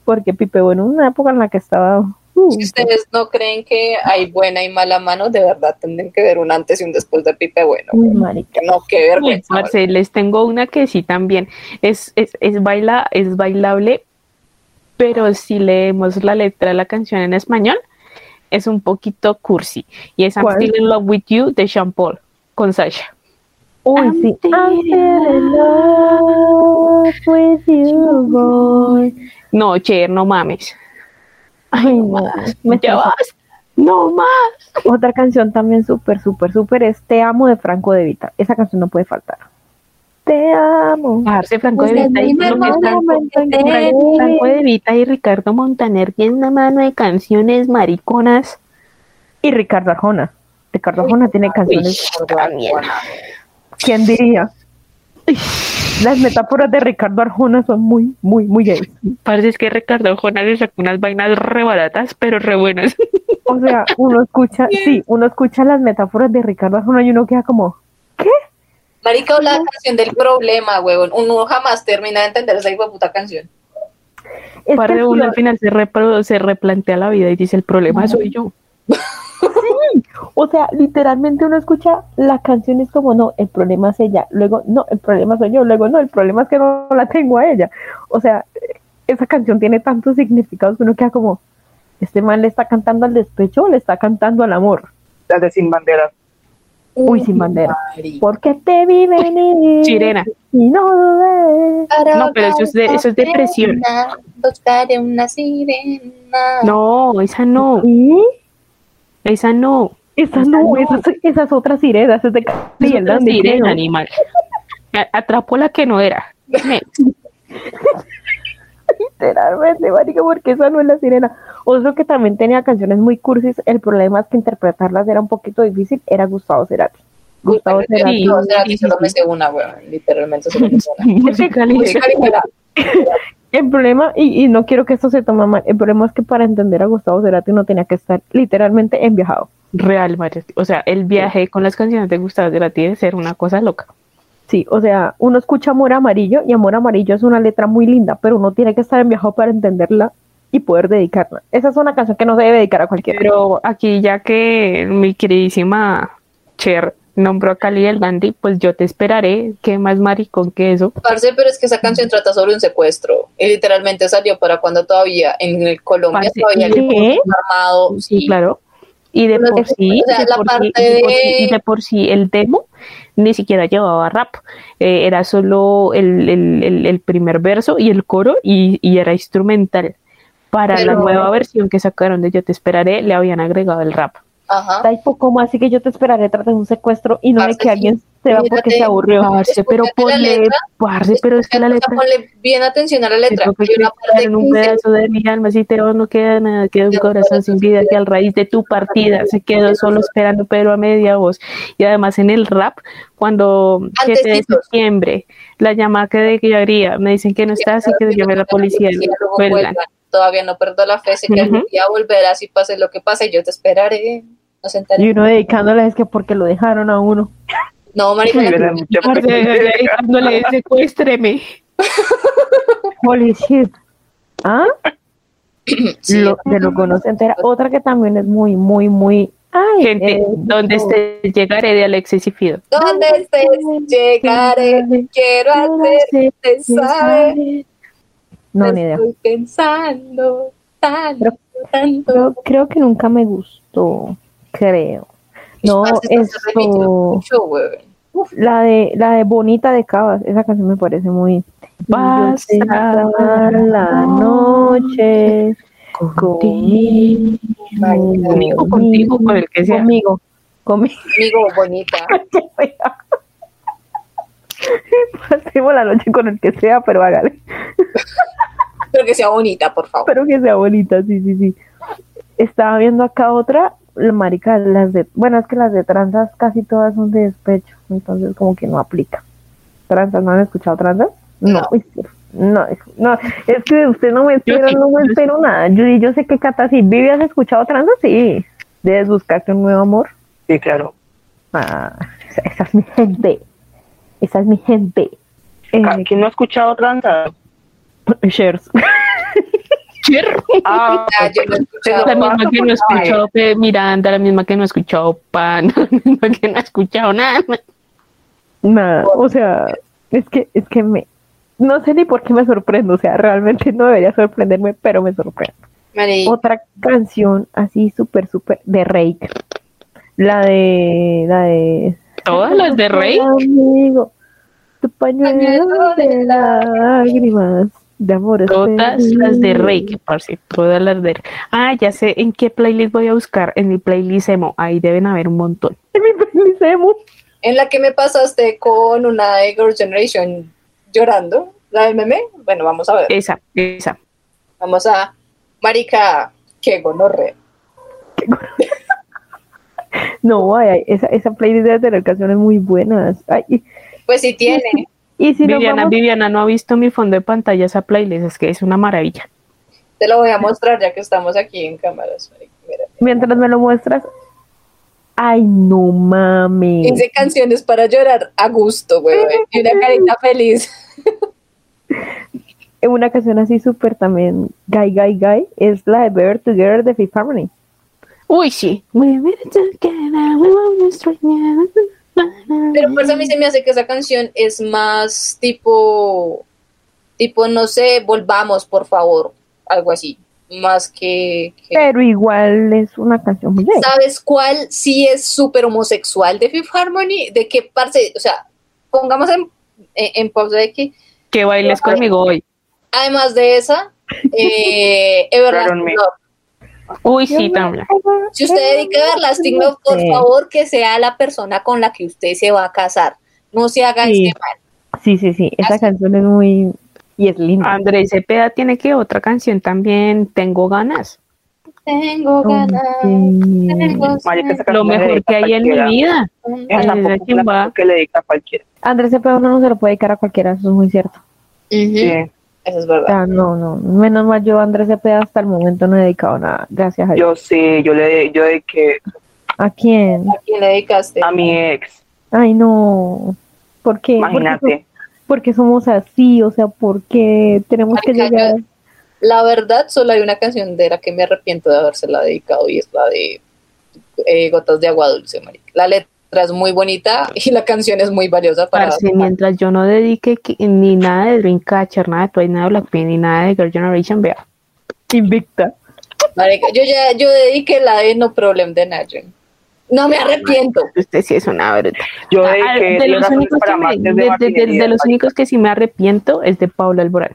Porque Pipe Bueno, una época en la que estaba. uh,
Si ustedes no creen que hay buena y mala mano, de verdad tendrían que ver un antes y un después de Pipe Bueno.
uy, marica.
Que no, qué
Uy,
vergüenza.
Marce, les tengo una que sí también. Es, es, es, baila, es bailable, pero si leemos la letra de la canción en español, es un poquito cursi. Y es I'm
¿Cuál?
Still in Love with You de Sean Paul con Sasha.
Uy,
I'm
sí.
still
I'm
in
still in love with you, boy.
No, Cher, no mames. Ay,
no,
más.
me
Ya
estás-
vas. No más.
Otra canción también súper, súper, súper es Te amo de Franco De Vita. Esa canción no puede faltar. Te amo. Pues
Bajarse Ah, Franco de
Usted
Vita y
dime
lo que
cómo
están- Franco Franco de Vita y Ricardo Montaner tienen una mano de canciones mariconas.
Y Ricardo Arjona. Ricardo Arjona tiene canciones.
Uy, también.
¿Quién diría? Las metáforas de Ricardo Arjona son muy, muy, muy gay.
Parece es que Ricardo Jonas le sacó unas vainas re baratas, pero re buenas.
O sea, uno escucha, sí, uno escucha las metáforas de Ricardo Arjona y uno queda como, ¿qué?
Marica, o la canción del problema, huevón. Uno jamás termina de entender esa hijo puta canción.
Es
Para
que
de uno
sí,
al final se, repro- se replantea la vida y dice, el problema soy yo.
O sea, literalmente uno escucha las canciones como, no, el problema es ella, luego, no, el problema soy yo, luego, no, el problema es que no la tengo a ella. O sea, esa canción tiene tantos significados que uno queda como, este man le está cantando al despecho o le está cantando al amor.
Las de Sin Bandera.
Uy, sin bandera.
Marica.
Porque te vi venir.
Sirena. Ah.
Y no dudé.
No, pero eso es de- eso es depresión.
Buscaré una sirena.
No, esa no,
¿Y?
esa no.
Esa no, esa, es- esa es otra sirena, esa es de Cali,
Eso
el
es
Dandy,
sirena,
creo.
animal. <laughs> A- Atrapó la que no era. Next.
Literalmente, marica, porque esa no es la sirena. Otro que también tenía canciones muy cursis, el problema es que interpretarlas era un poquito difícil, era Gustavo Cerati. Gustavo
Puta,
Cerati.
no, o sea,
sí, sí,
solo
sí.
me sé una, huevón. Literalmente solo me sé una.
<laughs>
Musicaliza.
Marica,
El problema, y, y no quiero que esto se tome mal, el problema es que para entender a Gustavo Cerati uno tenía que estar literalmente en viajado.
Real, María. O sea, el viaje con las canciones de Gustavo Cerati debe ser una cosa loca.
Sí, o sea, uno escucha Amor Amarillo y Amor Amarillo es una letra muy linda, pero uno tiene que estar en viajado para entenderla y poder dedicarla. Esa es una canción que no se debe dedicar a cualquiera.
Pero aquí, ya que mi queridísima Cher nombró a Cali el Dandy, pues yo te esperaré. ¿Qué más maricón que eso?
Parce, pero es que esa canción trata sobre un secuestro y literalmente salió para cuando todavía en el Colombia
Parce,
todavía
¿y
el
qué?
conflicto armado.
Sí, claro. Y de
Oh, Pero
por
es-
sí,
o sea,
de
la
por sí,
parte
de por sí-
de-
de por sí el demo ni siquiera llevaba rap, Eh, era solo el, el- el- el primer verso y el coro y, y era instrumental. Para la
Pero-
nueva versión que sacaron de Yo te esperaré, le habían agregado el rap.
Ajá.
Está poco más, así que yo te esperaré tras de un secuestro y no de
Parce,
que alguien se va porque
Mírate.
se aburrió.
Parce, pero
Escúchate la
ponle,
letra,
parce, pero es que la
O sea,
letra,
ponle bien atención a la letra.
creo que
Hay una parte
en un
que dice,
pedazo de mi alma, si te vas no queda nada, queda un
Queda un
corazón
corazón
sin vida que al raíz de tu partida se quedó solo esperando, pero a media voz. Y además en el rap, cuando 7 de
Antecitos.
septiembre, la llamada que de que yo haría, me dicen que no estás y que llame la policía,
luego
vuelvan.
vuelvan. Todavía no perdo la fe, sé que algún
Ujú.
día volverás y pase lo que pase, yo te esperaré. Nos sentaremos.
Y uno dedicándole es que porque lo dejaron a uno.
No, marica,
Sí,
la-
verdad,
Parce,
mucha
<laughs>
<laughs>
pena.
cuando le dicen, secuéstreme.
Holy shit. ¿Ah?
sí,
Lo- de lo que uno se entera. Otra que también es muy, muy, muy. Ay,
Gente,
eh,
donde
no.
esté, llegaré de Alexis y Fido.
¿Dónde estés? Llegaré, quiero hacerte saber.
No,
te
ni idea.
Estoy pensando tanto,
Pero-
tanto.
Creo, creo que nunca me gustó. Creo. No,
Parce, esto se repitió
esto.
mucho, huevón.
Uf,
La de, la de Bonita de Cabas, esa canción me parece muy... Pasada la noche contigo,
Conmigo, contigo, con el que sea.
conmigo, <laughs> conmigo.
Amigo, bonita.
Pasemos la noche con el que sea, pero hágale.
Pero que sea bonita, por favor.
Espero que sea bonita, sí, sí, sí. Estaba viendo acá otra, la marica, las de, bueno, es que las de tranzas casi todas son de despecho, entonces como que no aplica. ¿Tranzas? ¿No han escuchado tranzas? No,
No.
uy, sí. no, es, no, es que usted no me espera,
sí,
no me
yo
espero nada. Yo, yo sé que Cata, si Vivi, ¿has escuchado tranzas? Sí. Debes buscarte un nuevo amor.
Sí, claro.
Ah, esa, esa es mi gente. Esa es mi gente.
Ca- Ah, ¿Quién no ha
<laughs>
escuchado Tranza?
Eh, shares.
Ah,
Ah, yo no he escuchado.
Pero
La misma que no he
Ay.
escuchado P. Miranda, la misma que no he escuchado Pan, <laughs> la misma que no he escuchado nada.
Nada, o sea, es que, es que me, no sé ni por qué me sorprendo, o sea, realmente no debería sorprenderme, pero me sorprende.
Mari,
Otra canción así súper, súper de Rake. La de, la de...
Todas las de Rey.
Amigo, tu pañuelo
Pañuelo
de
de
lágrimas, de amores.
Todas
perdidos.
las de Rake, parce, todas las de Ah, ya sé en qué playlist voy a buscar, en mi playlist emo, ahí deben haber un montón.
Mi Semu.
en la que me pasaste con una de Girl Generation llorando, la del meme. Bueno, vamos a ver.
Esa, esa.
Vamos a. Marica, que gonorre.
No, ay, ay, esa, esa playlist debe tener canciones muy buenas. Ay, y,
Pues sí tiene.
y si nos
Viviana,
vamos-
Viviana no ha visto mi fondo de pantalla esa playlist, es que es una maravilla.
Te lo voy a mostrar ya que estamos aquí en cámaras. marica, mira.
mientras me lo muestras, ay, no mames.
15 canciones para llorar a gusto, güey. Y una carita feliz.
Una canción así súper también, Guy, Guy, Guy, es la de Better Together de Fifth Harmony.
Uy, sí. We were together, we were destroyed.
Mm.
Pero por eso a mí se me hace que esa canción es más tipo, tipo, no sé, volvamos, por favor, algo así, más que... que-
Pero igual es una canción muy bien.
¿Sabes cuál sí es súper homosexual de Fifth Harmony? ¿De qué parte? O sea, pongamos en, en, en pausa de que,
Que bailes conmigo hoy.
además de
<laughs>
esa, eh, Everlasting
Claro,
Love.
Uy, sí, también.
Si usted dedica a Everlasting Love, por favor, que sea la persona con la que usted se va a casar. No se haga
Sí.
este mal.
Sí, sí, sí, esa canción es muy... Y es linda.
Andrés Cepeda tiene que otra canción también, Tengo ganas.
Tengo
Oh,
ganas.
sí.
tengo
marica, esa
Lo
canción le
mejor
dedica
que hay en mi
cualquiera.
vida.
sed.
Esa
Ay, esa
tampoco es una
chimba.
canción que le dedica a cualquiera.
Andrés Cepeda uno no se lo puede dedicar a cualquiera, eso es muy cierto.
Ujú,
Sí.
Eso es
O
verdad.
sea, no, no, menos mal yo a Andrés Cepeda hasta el momento no he dedicado nada, gracias a Dios.
Yo sí, yo le yo de que
¿A quién?
¿A quién le dedicaste?
a mi ex,
Ay, no. ¿Por qué? ¿Por qué
imagínate.
porque somos así, o sea, porque tenemos que
Marica,
llegar.
La verdad, solo hay una canción de la que me arrepiento de habérsela dedicado y es la de eh, Gotas de Agua Dulce, marica. La letra es muy bonita y la canción es muy valiosa para...
Parce, mientras yo no dedique qui- ni nada de Dreamcatcher, nada de Twice, nada de Blackpink, pues, ni nada de Girl Generation, vea.
Invicta.
Marica, yo ya yo dediqué la de No Problem de Nayon. No me arrepiento.
Usted Este sí es una bruta.
Yo de
Ah,
que
De
Diez
los
razones
únicos que
para
me-
amarte
de-
es de
de- de- de
Martinelli,
los
marica.
únicos que sí me arrepiento es de Paula Alborán.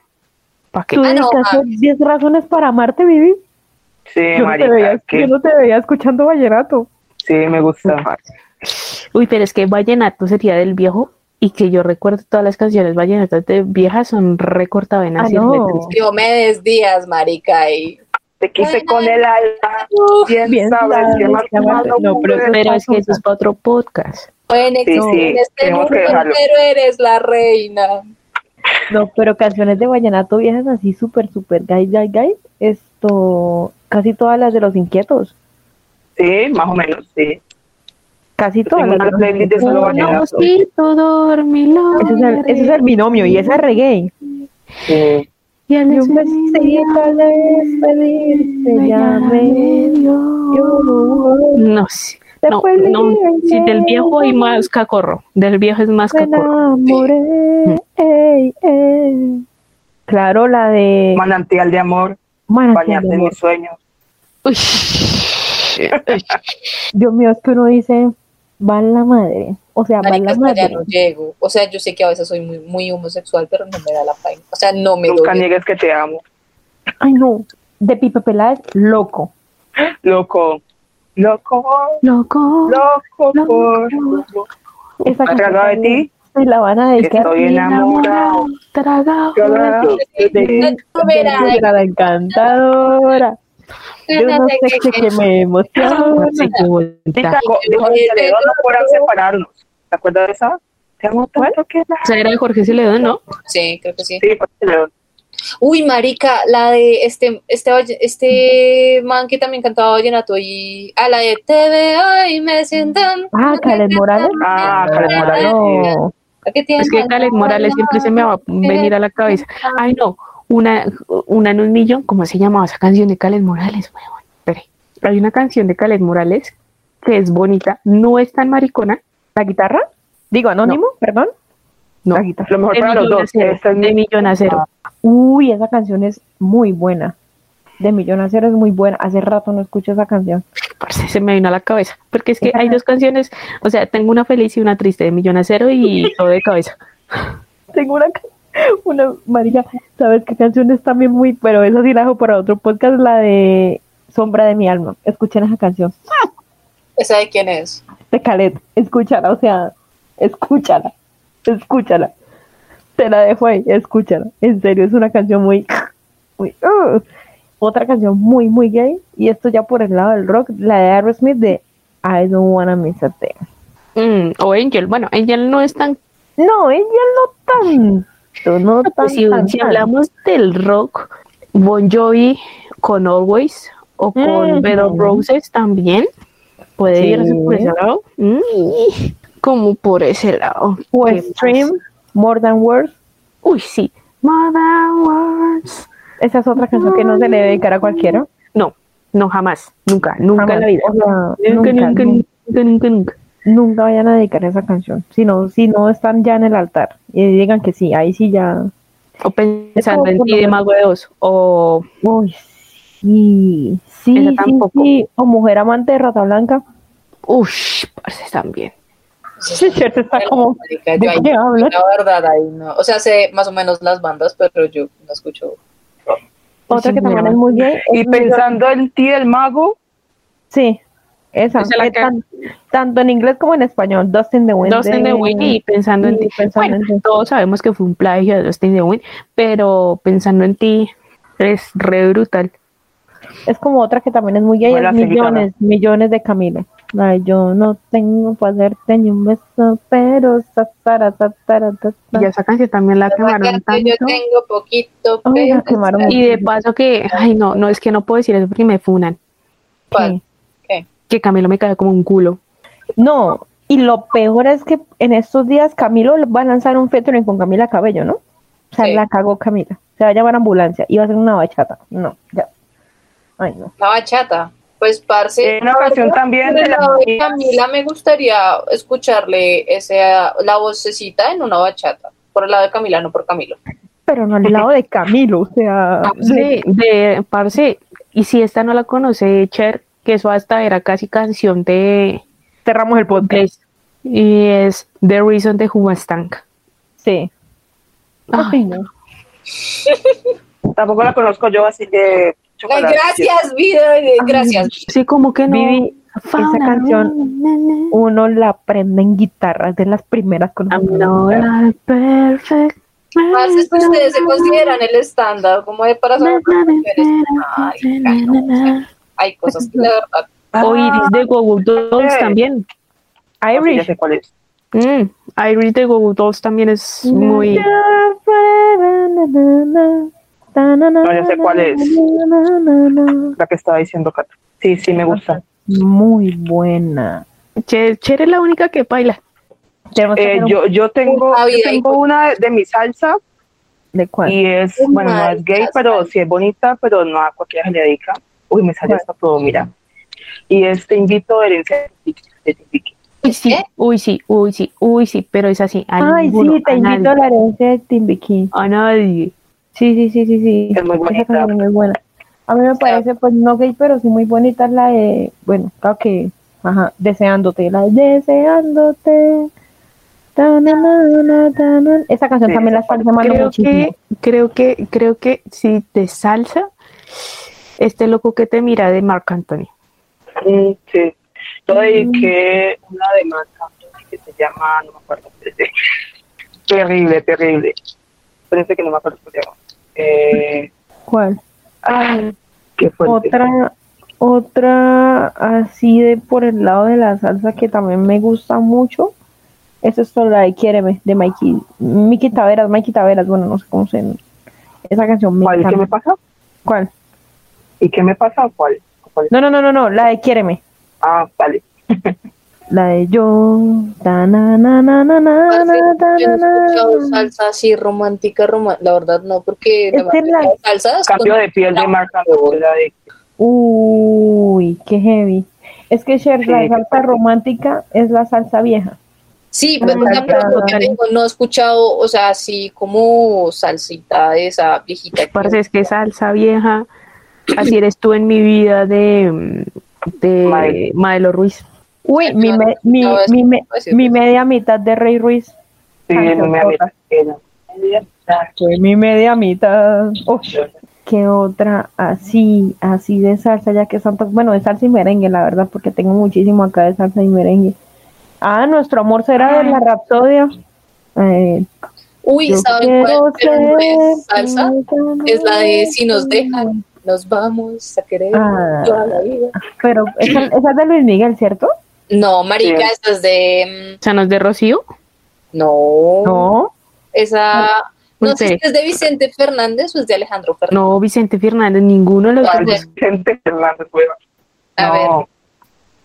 ¿Para qué?
¿Tú
Ah, no,
dedicaste
ah.
10 razones para amarte, Vivi?
Sí,
yo, no te veía,
marica, que
yo no te veía escuchando vallenato.
sí me gusta.
Uy, pero es que Vallenato sería del viejo y que yo recuerdo todas las canciones Vallenatas de viejas son recortavenas
Ah,
y
no.
letras.
Diomedes Díaz, marica, y...
Te quise con el alma,
Uf,
bien
Bien
sabes que
sabes
más
que amarte- no, pero-
mujer.
Pero es que eso es para otro podcast.
buen éxito
sí,
en este
tenemos que
mundo,
dejarlo.
pero eres la reina.
No, pero canciones de vallenato viejas así súper, súper gay, gay, gay. Esto, casi todas las de los inquietos.
Sí, más o menos, sí.
Casi
Yo
todas
tengo
las de
una
los
playlist de
inquietos.
solo
Un
vallenato.
osito dormilón.
Ese es, el, ese es el binomio y esa es reggae.
sí.
Y al
Yo
mediodía
al despedirse, ya me dio.
No sé. No,
Después de
no,
que
sí, del viejo hay
llegué,
más cacorro. Del viejo es más
Me
cacorro.
enamoré. ey, ey. Claro, la de
Manantial de amor,
Mana,
bañarte
mi
en
amor.
mis sueños.
Uy.
Dios mío, es que uno dice, va en la madre. O sea, va en
Marica,
la
hasta allá
madre.
no llego. O sea, yo sé que a veces soy muy, muy homosexual, pero no me da la vaina. O sea, no me
Nunca
duele.
niegues que te amo.
Ay, no. De Pipe Peláez, loco.
Loco. Loco.
Loco.
Loco
Loco.
por tu
Esa
Atragado de ti.
Se la van a dedicar.
Estoy enamorado.
Tragado.
Tragado de ti.
No, no me da la
la encantadora. Yo no
gana de
sé
que-
qué me emociona.
Así que
Dica,
vuelta.
co- dijo
Oye,
Celedón, no podrán separarnos. ¿Te acuerdas de esa? Te amo tanto que la...
O sea, era de Jorge Celedón, ¿no?
Sí, creo que sí.
Sí, fue Celedón.
Uy, marica, la de este, este, valle- este man que también cantaba vallenato y a la de te veo y me sientan.
Ah, Khaled Morales.
Ah, Khaled Morales.
No.
¿Qué tiene
Es que Khaled Morales siempre se me va a venir a la cabeza. Ay, no, una, una en un millón, ¿cómo se llamaba esa canción de Khaled Morales? huevón? Espere. Hay una canción de Khaled Morales que es bonita, no es tan maricona.
¿La guitarra? Digo, anónimo, perdón.
No,
La guitarra.
Lo mejor
de
para los
millón a
dos.
cero,
Esta es
de
mi- Ah.
millón a cero.
Uy, esa canción es muy buena. De Millón a Cero es muy buena. Hace rato no escucho esa canción.
Parce, se me vino a la cabeza. Porque es que hay dos canciones, o sea, tengo una feliz y una triste de millón a cero <laughs> y todo de cabeza.
Tengo una, ca- <laughs> una María, ¿sabes qué canción es también muy, pero esa sí la dejo para otro podcast, la de Sombra de mi alma. Escuchen esa canción
¿Esa de quién es?
de Calet. Escúchala, o sea, escúchala, escúchala. Te la dejo ahí, escúchala. En serio, es una canción muy, muy, uh. otra canción muy, muy gay. Y esto ya por el lado del rock, la de Aerosmith de I don't wanna miss a thing.
Mm, o Angel, bueno, Angel no es tan...
No, ella no tanto, no tan,
Pues si,
tan,
si
tan.
hablamos del rock, Bon Jovi con Always o con
Mm.
Bed of Roses también, puede
Sí.
irse por ese lado. Mm, como por ese lado.
O
¿Qué
Stream,
más?
More Than Words.
Uy, sí. More than words.
Esa es otra canción que no se le debe dedicar a cualquiera.
No, no, jamás. Nunca, nunca
Jamás.
en la vida.
O sea,
Nunca,
nunca,
nunca, nunca,
nunca,
nunca, nunca, nunca.
nunca vayan a dedicar esa canción. Si no, si no están ya en el altar y digan que sí, ahí sí ya.
O pensando en
por
ti
lo
de
menos.
Mago de Oz. O
Uy, sí, sí,
Esa
sí,
tampoco.
sí. O Mujer Amante de Rata Blanca. <laughs>
Ush, parce, también.
Sí, cierto, está como.
Marica, yo
¿De
ahí,
qué hablan?
la verdad, ahí no. O sea, sé más o menos las bandas, pero yo no escucho.
Otra que
Mujer
también es muy gay.
Y
es muy-
pensando en ti, el mago,
Sí, esa.
Esa es la
eh,
que-
tan- tanto en inglés como en español. Dustin de Wind.
Dustin de Winnie y pensando en
y
ti.
pensando
Bueno,
en ti.
todos sabemos que fue un plagio de Dustin de Winnie, pero pensando en ti es re brutal.
Es como otra que también es muy gay,
Buena
es
señora.
millones, millones de Camila. La de yo no tengo para hacerte ni un beso, pero ta, tara, ta, tara, ta, ta.
Y esa canción también la quemaron
Arrancarte, yo
tanto.
tengo poquito,
Ay,
pero
la quemaron.
está
Y de paso que, ay no, no es que no puedo decir eso porque me funan.
igual.
Sí.
Que Camilo me cayó como un culo.
No, y lo peor es que en estos días Camilo va a lanzar un featuring con Camila Cabello, ¿no? O sea,
Sí.
la cagó Camila. Se va a llamar ambulancia y va a ser una bachata. No, ya. Ay, no.
Una bachata. Pues, parce.
en Eh, una canción también de
Pero
la...
de Camila me gustaría escucharle esa, la vocecita en una bachata. Por el lado de Camila, no por Camilo.
Pero no al lado de Camilo, o sea.
Parce, de, parce, y si esta no la conoce, Cher, que eso hasta era casi canción de...
Cerramos el podcast.
es- y es The Reason de Who Was Tank.
Sí.
Ay,
Ay, no.
Tampoco la conozco yo, así
Ay,
que... chocolate.
gracias, vida. eh, Gracias.
Sí, como que no.
Vivi,
Found
esa
a
canción-
room, na,
Uno la aprende en guitarra, es de las primeras con
na, na. I'm not perfect.
Parce, Ah, es que ustedes se consideran el estándar como de para saber las canciones. Ay, carajo, o sea, Hay cosas que la verdad.
O Iris de Go Dolls
ok.
también.
Irish. Ah, Ya
Irish.
sé cuál es.
Mm, Iris de Go Dolls también es
Mm.
muy.
No,
ya sé cuál es. La que estaba diciendo Cata. Sí, sí, me gusta.
Muy buena.
Cher, Cher es la única que baila.
Tenemos que
Eh,
hacer un-
yo, yo tengo,
Ah,
yo
vida,
tengo
hijo.
una de, de mi salsa
¿De cuál?
y es,
Oh
bueno, no
my
es gay,
God.
pero sí es bonita, pero no a cualquiera se le dedica. Uy, me salió
¿Cuál?
hasta todo, mira. Y es Te invito a herencia de Tipique.
Uy, sí,
¿Qué?
uy, sí, uy, sí, uy, sí, pero es así. A
¿Eh? Ay,
ninguno,
sí, te
a
invito a
nadie,
la herencia de Timbiquí.
a nadie.
Sí, sí, sí, sí, sí.
Es muy bonita.
Esa canción es muy buena. A mí me parece, pues, no gay, pero sí muy bonita la de, bueno, claro que Ajá, deseándote, la deseándote. Ta, na, na, na, ta, na. Esa canción
Sí,
también la
esa
están
parte
llamando
creo
muchísimo.
que, creo que, creo que si te salsa, este loco que te mira de Marc Anthony.
Mm, sí. Yo dediqué una de Marc Anthony que se llama, no me acuerdo, espérate. terrible, terrible. Parece que no me acuerdo cómo se llama. Eh,
¿Cuál?
ay, qué fuerte.
Otra, otra así de por el lado de la salsa que también me gusta mucho. Es esto, la de Quiéreme, de Mikey, Miki Taveras, Mikey Taveras, bueno, no sé cómo se Esa canción me
¿Cuál? ¿Qué
encanta.
me pasa?
¿Cuál?
¿Y qué me pasa? ¿Cuál? ¿Cuál?
No, no, no, no, no, la de Quiéreme.
Ah, vale.
La de yo. ta, na, na, na, na, na,
Parce,
na, ta,
Ah, Yo no he
na,
escuchado
na.
salsa así romántica, roma- la verdad no, porque la
Es que
mayoría
la-
de salsas
Cambio
con-
de piel de Marc Anthony. la de-
Uy, qué heavy. Es que Cher,
Sí,
la
qué
salsa
fuerte.
romántica es la salsa vieja.
Sí,
Ah,
pero
claro,
pero lo que
claro.
tengo, no he escuchado, o sea, así como salsita de esa viejita. que-
Parce, es que salsa vieja, así eres tú en mi vida de, de
Mael.
Maelo Ruiz.
Uy, mi, me- mi,
No, es-
mi, me-
no, es-
mi media mitad de Rey Ruiz.
Sí,
Ay, qué
no me
horror. Fue mi media mitad. Uy, ¿Qué otra así, así de salsa, ya que son tan- bueno, de salsa y merengue, la verdad, porque tengo muchísimo acá de salsa y merengue. Ah, nuestro amor será de la Rapsodia. Eh,
Uy,
yo
¿saben
quiero
cuál? Pero no es
ser
salsa,
tu
es la de si nos dejan, nos vamos a querer
Ah.
toda la vida.
Pero esa, esa es de Luis Miguel, ¿cierto?
No, marica, esa es de...
¿Sanos de Rocío?
mm, No,
No.
esa... No
Uy,
sé si
Ah, pues sí.
es de Vicente Fernández o es de Alejandro Fernández.
No, Vicente Fernández, ninguno de los
Ah,
dos.
Gente Fernández, hueva.
A ver,
No,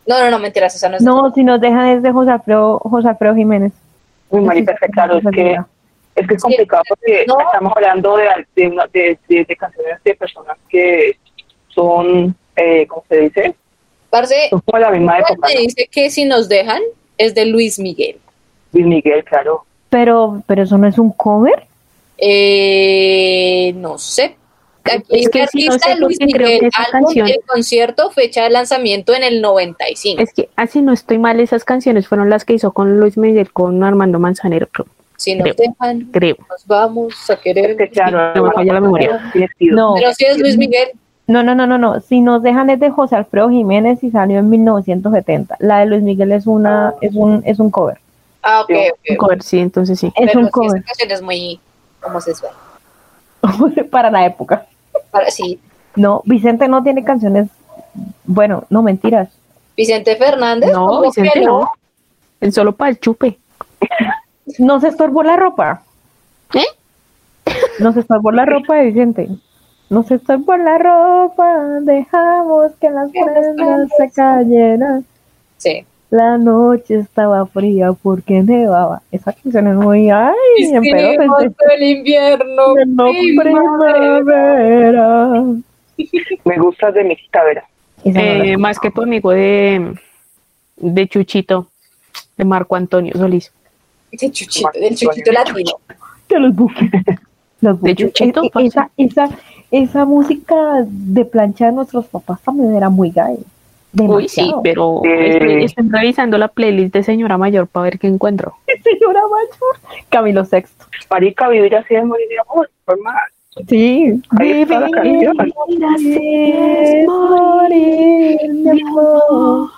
no, no, no, mentiras, esa no es
No, si nos dejan es de José Alfredo, José Alfredo Jiménez.
muy marica, es que claro, es que, es que es complicado porque
no.
estamos hablando de, de, una- de- de- de canciones de personas que son, eh, ¿cómo se dice?
Parce,
Son como de la misma
¿cuál
época,
te
¿no?
dice que si nos dejan es de Luis Miguel?
Luis Miguel, claro.
Pero, pero eso no es un cover.
Eh, no sé. Aquí dice
Es que sí, no
artista
sé,
Luis
porque creo
Miguel,
que esa
álbum,
canción-
el concierto, fecha de lanzamiento en el 95.
Es que, así no estoy mal, esas canciones fueron las que hizo con Luis Miguel, con Armando Manzanero, creo.
si nos
creo.
dejan,
creo.
nos vamos a querer.
Es que claro,
no me falla la memoria.
tiene sentido.
No.
Pero si es Luis Miguel,
No, no, no, no, no. Si nos dejan es de José Alfredo Jiménez y salió en 1970. La de Luis Miguel es una, es un, es un cover.
ah, ok,
Sí,
ok.
Cover, sí, entonces sí.
Es
Pero
un
sí, esa
cover
canción es muy homosexual.
para la época.
Para, sí,
No, Vicente no tiene canciones. Bueno, no mentiras.
Vicente Fernández.
No,
¿cómo
Vicente
que
no. Es solo para el chupe.
No se estorbó la ropa.
¿Eh?
No se estorbó la ropa de Vicente. No se estorbó la ropa. Dejamos que las
Que las
prendas
prendas
se cayeran.
Sí.
La noche estaba fría porque nevaba. Esa canción es muy. ¡Ay! en pedo,
Escribimos
pensé.
el invierno,
No,
primavera.
primavera.
Me gusta de mi Tavera.
Esa no la-
Eh, más que tu amigo de, de Chuchito, de Marco Antonio Solís.
De chuchito, del chuchito latino.
de los buques. Los
De
buques.
Chuchito,
Eh, eh,
parce.
esa, esa, esa música de plancha de nuestros papás también era muy gay.
Uy, sí,
Demasiado.
pero
Sí.
estoy, estoy revisando la playlist de Señora Mayor para ver qué encuentro.
Señora mayor. Camilo Sexto.
Marica, vivir así es morir de amor, por más.
Sí.
Ahí está la canción.
Es morir de amor.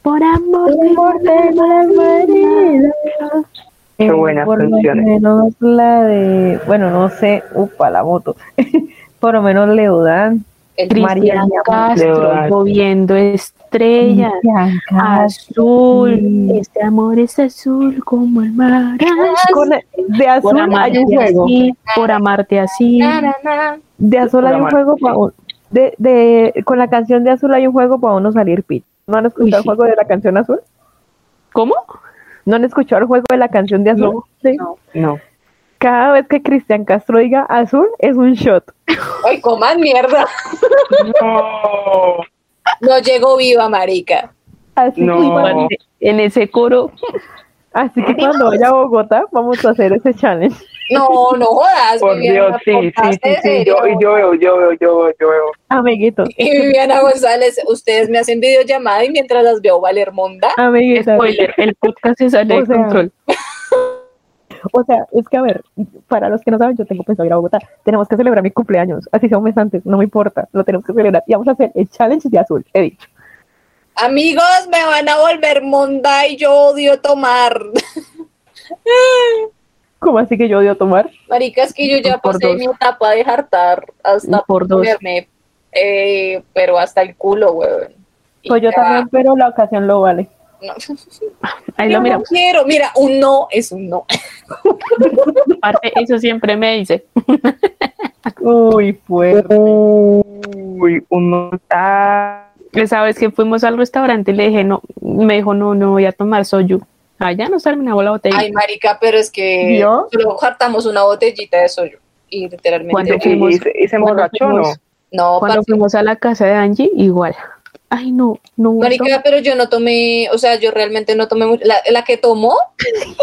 Por amor,
El amor de la marina.
Qué
Eh,
buenas
por lo
canciones.
menos la de, bueno, no sé, upa, la moto. <laughs> por lo menos Leodán.
El
María,
Cristian
mi amor.
Castro,
Leonardo.
lloviendo estrellas.
Cristian Castro.
Azul, este amor es azul como el mar.
Ah,
Con- De
Por
azul hay
amarte
un juego.
así, por amarte así.
Na, na, na.
De azul hay
Hola,
un
Marta,
juego
sí.
para de, de con la canción de azul hay un juego para uno salir pit. ¿No han escuchado
Uy,
el
sí.
juego de la canción azul?
¿Cómo?
¿No han escuchado el juego de la canción de azul? Sí.
No.
Cada vez que Cristian Castro diga azul es un shot.
Ay, coman mierda.
No.
No llegó viva, marica.
Así,
No.
que, cuando,
En ese coro.
así que cuando vaya a Bogotá vamos a hacer ese challenge. <laughs>
No, no jodas.
Por
Viviana,
Dios, sí, sí,
¿cortaste
sí,
en
sí, yo,
serio?
yo veo, yo veo, yo veo, yo veo.
Amiguitos,
Y Viviana González, ustedes me hacen videollamada y mientras las veo valer monda.
amiguitos.
Spoiler, el podcast se sale
O
de
sea,
control.
O sea, es que a ver, para los que no saben, yo tengo pensado ir a Bogotá. Tenemos que celebrar mi cumpleaños. Así sea un mes antes, no me importa. Lo tenemos que celebrar. Y vamos a hacer el challenge de azul. He dicho.
Amigos, me van a volver monda y yo odio tomar. <laughs>
¿Cómo así que yo odio tomar?
Marica, es que yo ya
Por
pasé
dos.
mi etapa de hartar hasta
Por dos.
ponerme, eh, pero hasta el culo, weón. Y
Pues yo
ya,
también, pero la ocasión lo vale.
No,
Ahí
yo
lo
no
miramos.
quiero, mira, un no es un no.
Aparte, eso siempre me dice.
Uy, pues.
Uy, uno. Ah,
Esa vez pues, que fuimos al restaurante, le dije, no, me dijo, no, no voy a tomar soyu. Allá nos terminaba la botella.
Ay, marica, pero es que
¿Vio?
luego hartamos una botellita de soyo y
¿Cuándo
literalmente...
y,
fuimos?
y se- y se
Cuando
emborrachó, ¿no?
fuimos-
No,
Cuando
parce,
fuimos a la casa de Angie, igual. Ay, no, no. voy a tomar.
Marica, pero yo no tomé, o sea, yo realmente no tomé mucho. La, la que tomó,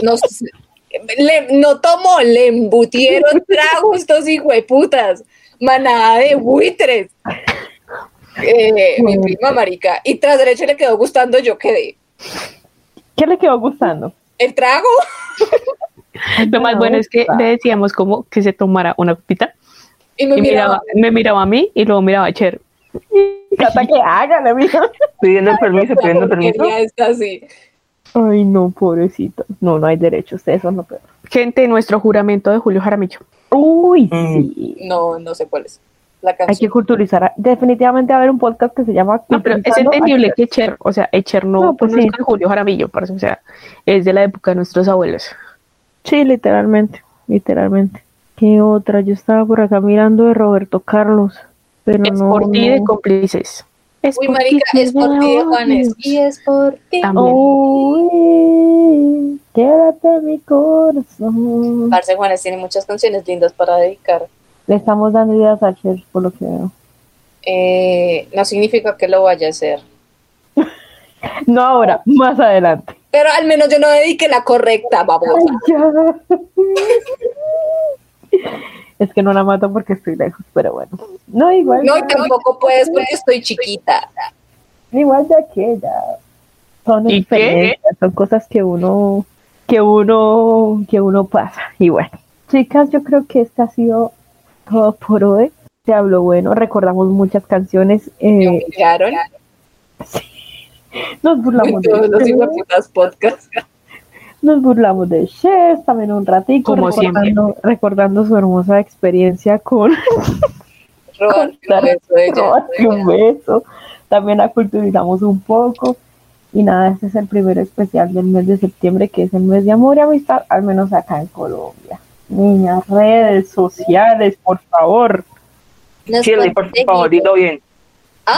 no, s- le- no tomó, le <laughs> embutieron tragos estos hijueputas, manada de buitres. Eh, mi prima Marica, y tras derecho le quedó gustando, yo quedé.
¿Qué le quedó gustando?
El trago, <laughs>
Lo más
no,
bueno es que
va.
le decíamos como que se tomara una copita
y me
y miraba,
miraba.
me miraba a mí y luego miraba a Cher.
Hasta que hágale, mija.
Pidiendo el permiso, pidiendo
La
el permiso.
porquería está así.
Ay, no, pobrecito. No, no hay derechos. Eso no puedo.
Gente, nuestro juramento de Julio Jaramillo.
Uy,
Mm.
sí.
No, no sé cuál es la
Hay que
canción.
culturizar. a- Definitivamente va a haber un podcast que se llama
No, pero es
Culturizando a-
entendible que Cher, o sea, Cher no,
No, pues
no es
sí.
de Julio Jaramillo, por eso, o sea, es de la época de nuestros abuelos.
Sí, literalmente, literalmente. ¿Qué otra? Yo estaba por acá mirando de Roberto Carlos, pero
es
no.
por ti de
no.
cómplices. Es
Uy, Marica, es por ti de Juanes. Oh, Y es por ti.
También.
Uy, quédate en mi corazón.
Parce Juanes tiene muchas canciones lindas para dedicar.
Le estamos dando ideas a Cher, por lo que veo.
Eh, no significa que lo vaya a hacer.
No ahora, más
<laughs>
adelante.
Pero al menos yo no dediqué la correcta, babosa.
Ya. Es que no la mato porque estoy lejos, pero bueno. No, igual.
No, y
ya-
tampoco puedes, porque estoy chiquita.
Igual ya que ya son
¿Y qué?
experiencias, son cosas que uno, que uno, que uno pasa. Y bueno, chicas, yo creo que este ha sido todo por hoy. Se habló bueno, recordamos muchas canciones,
Me
eh,
humillaron
nos burlamos
en
<laughs>
todos
de
los
Cher,
hijueputas
<laughs>
podcasts.
nos burlamos de Chef también un ratico,
Como
recordando, recordando su hermosa experiencia con
Roban un
Contar-
beso de
<laughs>
ella.
robarse un beso. También la culturizamos un poco. Y nada, este es el primer especial del mes de septiembre, que es el mes de amor y amistad, al menos acá en Colombia. Niñas, redes sociales, por favor.
Nos
Chile, por
conseguí-
favor, dilo bien.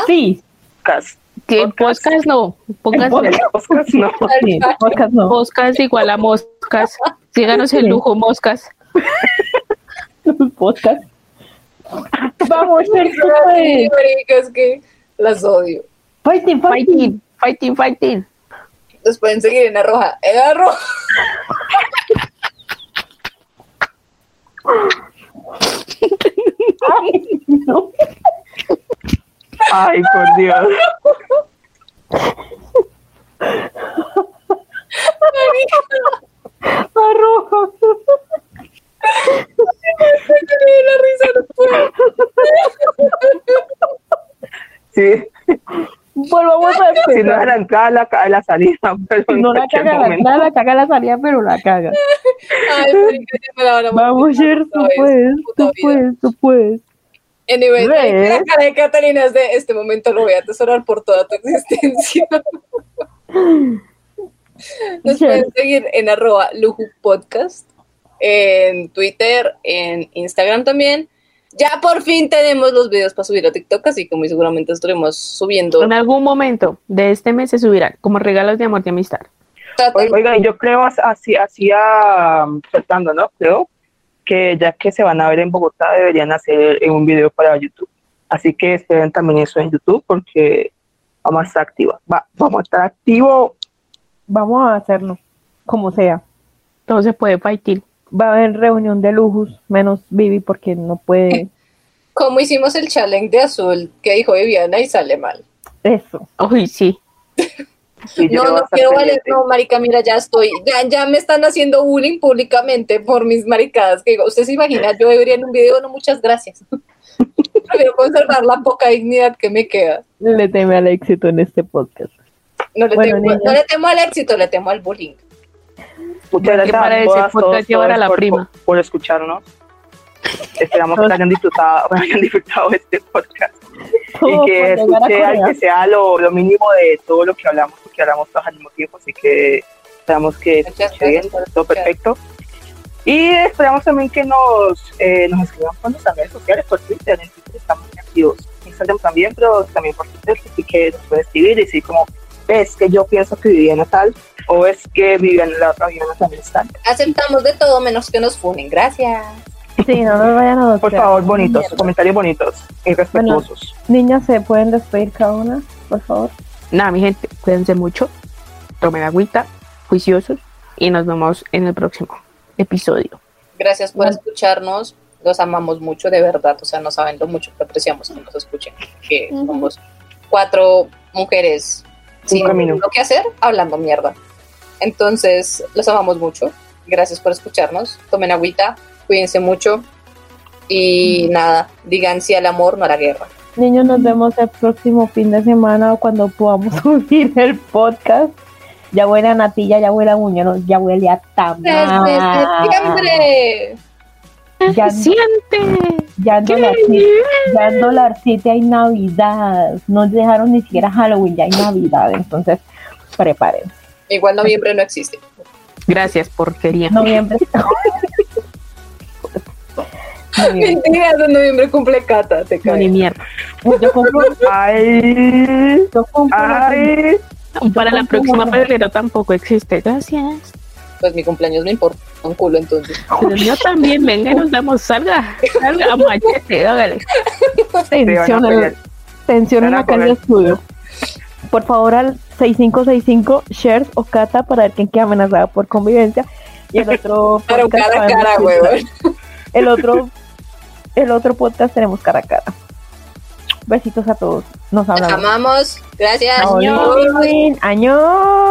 Sí,
Cas.
¿Qué? Podcast no, podcast,
Podcast.
Podcast, no.
sí, podcast no.
podcast igual a moscas. Síganos el lujo, moscas.
<laughs>
Podcast. Vamos, Cher, tú
Sí,
puedes.
marica, es que las odio.
Fighting, fighting.
Fighting, fighting, fighting.
Los pueden seguir en arroja. En arroja. <laughs>
Ay, no.
Ay, por Dios.
Arroja.
La risa no puedo.
<laughs> Sí.
Volvamos a
Si no
empezar.
era la entrada, la, ca- la salida. <laughs> Pero en
Pues No la
cualquier
caga la
momento.
entrada, la caga la salida, pero la caga.
Ay, marica, ya me la van a volver.
Vamos, Cher, tú
Otra vez,
puedes,
puta
tú
vida.
puedes, tú puedes.
Anyway,
¿Ves?
la cara de Catalina es de este momento lo voy a atesorar por toda tu existencia. Nos
Chévere.
pueden seguir en arroba Luju Podcast, en Twitter, en Instagram también. Ya por fin tenemos los videos para subir a TikTok, así que muy seguramente estaremos subiendo.
En algún momento de este mes se subirán como regalos de amor y amistad.
Tratan-
Oigan, yo creo as- así, así ah, soltando, ¿no? Creo que ya que se van a ver en Bogotá, deberían hacer eh, un video para YouTube. Así que esperen también eso en YouTube porque vamos a estar activos. Va- vamos a estar activos.
Vamos a hacerlo, como sea.
Todo se puede fighting.
Va a haber reunión de lujos, menos Vivi porque no
<laughs>
puede.
Como hicimos el challenge de azul que dijo Viviana y sale mal.
Eso.
Uy, sí.
Sí, yo
No,
voy
no
a este. estar
quiero valer,
pendiente.
no, marica, mira, ya estoy, ya, ya me están haciendo bullying públicamente por mis maricadas, que digo, usted se imagina, yo debería en un video, no, muchas gracias. <laughs> Prefiero conservar la poca dignidad que me queda.
Le teme al éxito en este
<laughs>
podcast.
No le,
Bueno,
temo,
niñas.
no le temo al éxito, le temo al bullying.
Muchas
Bueno,
gracias
¿qué parece?
a todas,
Podcast
todos,
llevar a
todos
la
por,
prima.
por- por escucharnos. Esperamos que hayan disfrutado, <laughs> hayan disfrutado este podcast <laughs> y
Oh, pues,
Oh,
Todo
que
por llegar
escuche
a
al
Corea.
que sea lo, lo mínimo de todo lo que hablamos, porque hablamos todos al mismo tiempo, así que esperamos que se
Muchas
escuche bien,
gracias por
todo
escuchar.
perfecto. Y esperamos también que nos, eh, nos escriban por nuestras redes sociales, por Twitter, en Twitter estamos muy activos, Instagram también, pero también por Twitter, así que nos pueden escribir y decir como, es que yo pienso que Viviana tal, o es que Viviana la otra Viviana también es tal.
Aceptamos de todo menos que nos funen, gracias.
Sí, no nos vayan a
Por
doctor.
favor, bonitos,
Mierda.
comentarios bonitos y respetuosos.
Niñas, ¿se pueden despedir cada una? Por favor.
Nada, mi gente, cuídense mucho, tomen agüita, juiciosos y nos vemos en el próximo episodio.
Gracias por escucharnos, los amamos mucho, de verdad, o sea, no saben lo mucho que apreciamos que nos escuchen, que
Ujú.
somos cuatro mujeres sin
camino.
lo que hacer, hablando mierda. Entonces, los amamos mucho, gracias por escucharnos, tomen agüita, cuídense mucho y nada, digan sí al amor, no a la guerra.
Niños, nos vemos el próximo fin de semana cuando podamos <laughs> subir el podcast. Ya huele a natilla, ya huele a muñeros, ya huele a
Ah.
tamal.
septiembre!
Ya,
¡Siente!
ya ando la arti- ya ando la artita y Navidad. No dejaron ni siquiera Halloween, ya hay Navidad. Entonces, preparen.
Igual noviembre no <laughs> existe.
Gracias, porquería.
Noviembre.
<laughs>
Noviembre.
Mentiras, en noviembre cumple Cata, te
No, ni
cae.
mierda.
Yo compro,
<laughs> Ay,
yo compro una
ay,
Y para la
tampoco,
próxima
no.
febrero tampoco existe. Gracias.
Pues mi cumpleaños me importa un culo, entonces.
Pero el mío también, venga, nos damos, salga, salga, machete, hágale.
se van
Tensión,
a
en-
pelear.
tensión en
Van a
la calle
comer.
estudio. Por favor, al 6565 shares o cata para ver quién queda amenazada por convivencia. Y
<laughs>
el otro
Pero
podcast
cara a
sabemos
cara,
quién
huevón.
sabe. El otro, el otro podcast tenemos cara a cara. Besitos a todos. Nos
Los
hablamos.
amamos. Gracias.
Chao,
Adiós.
Edwin. Añón.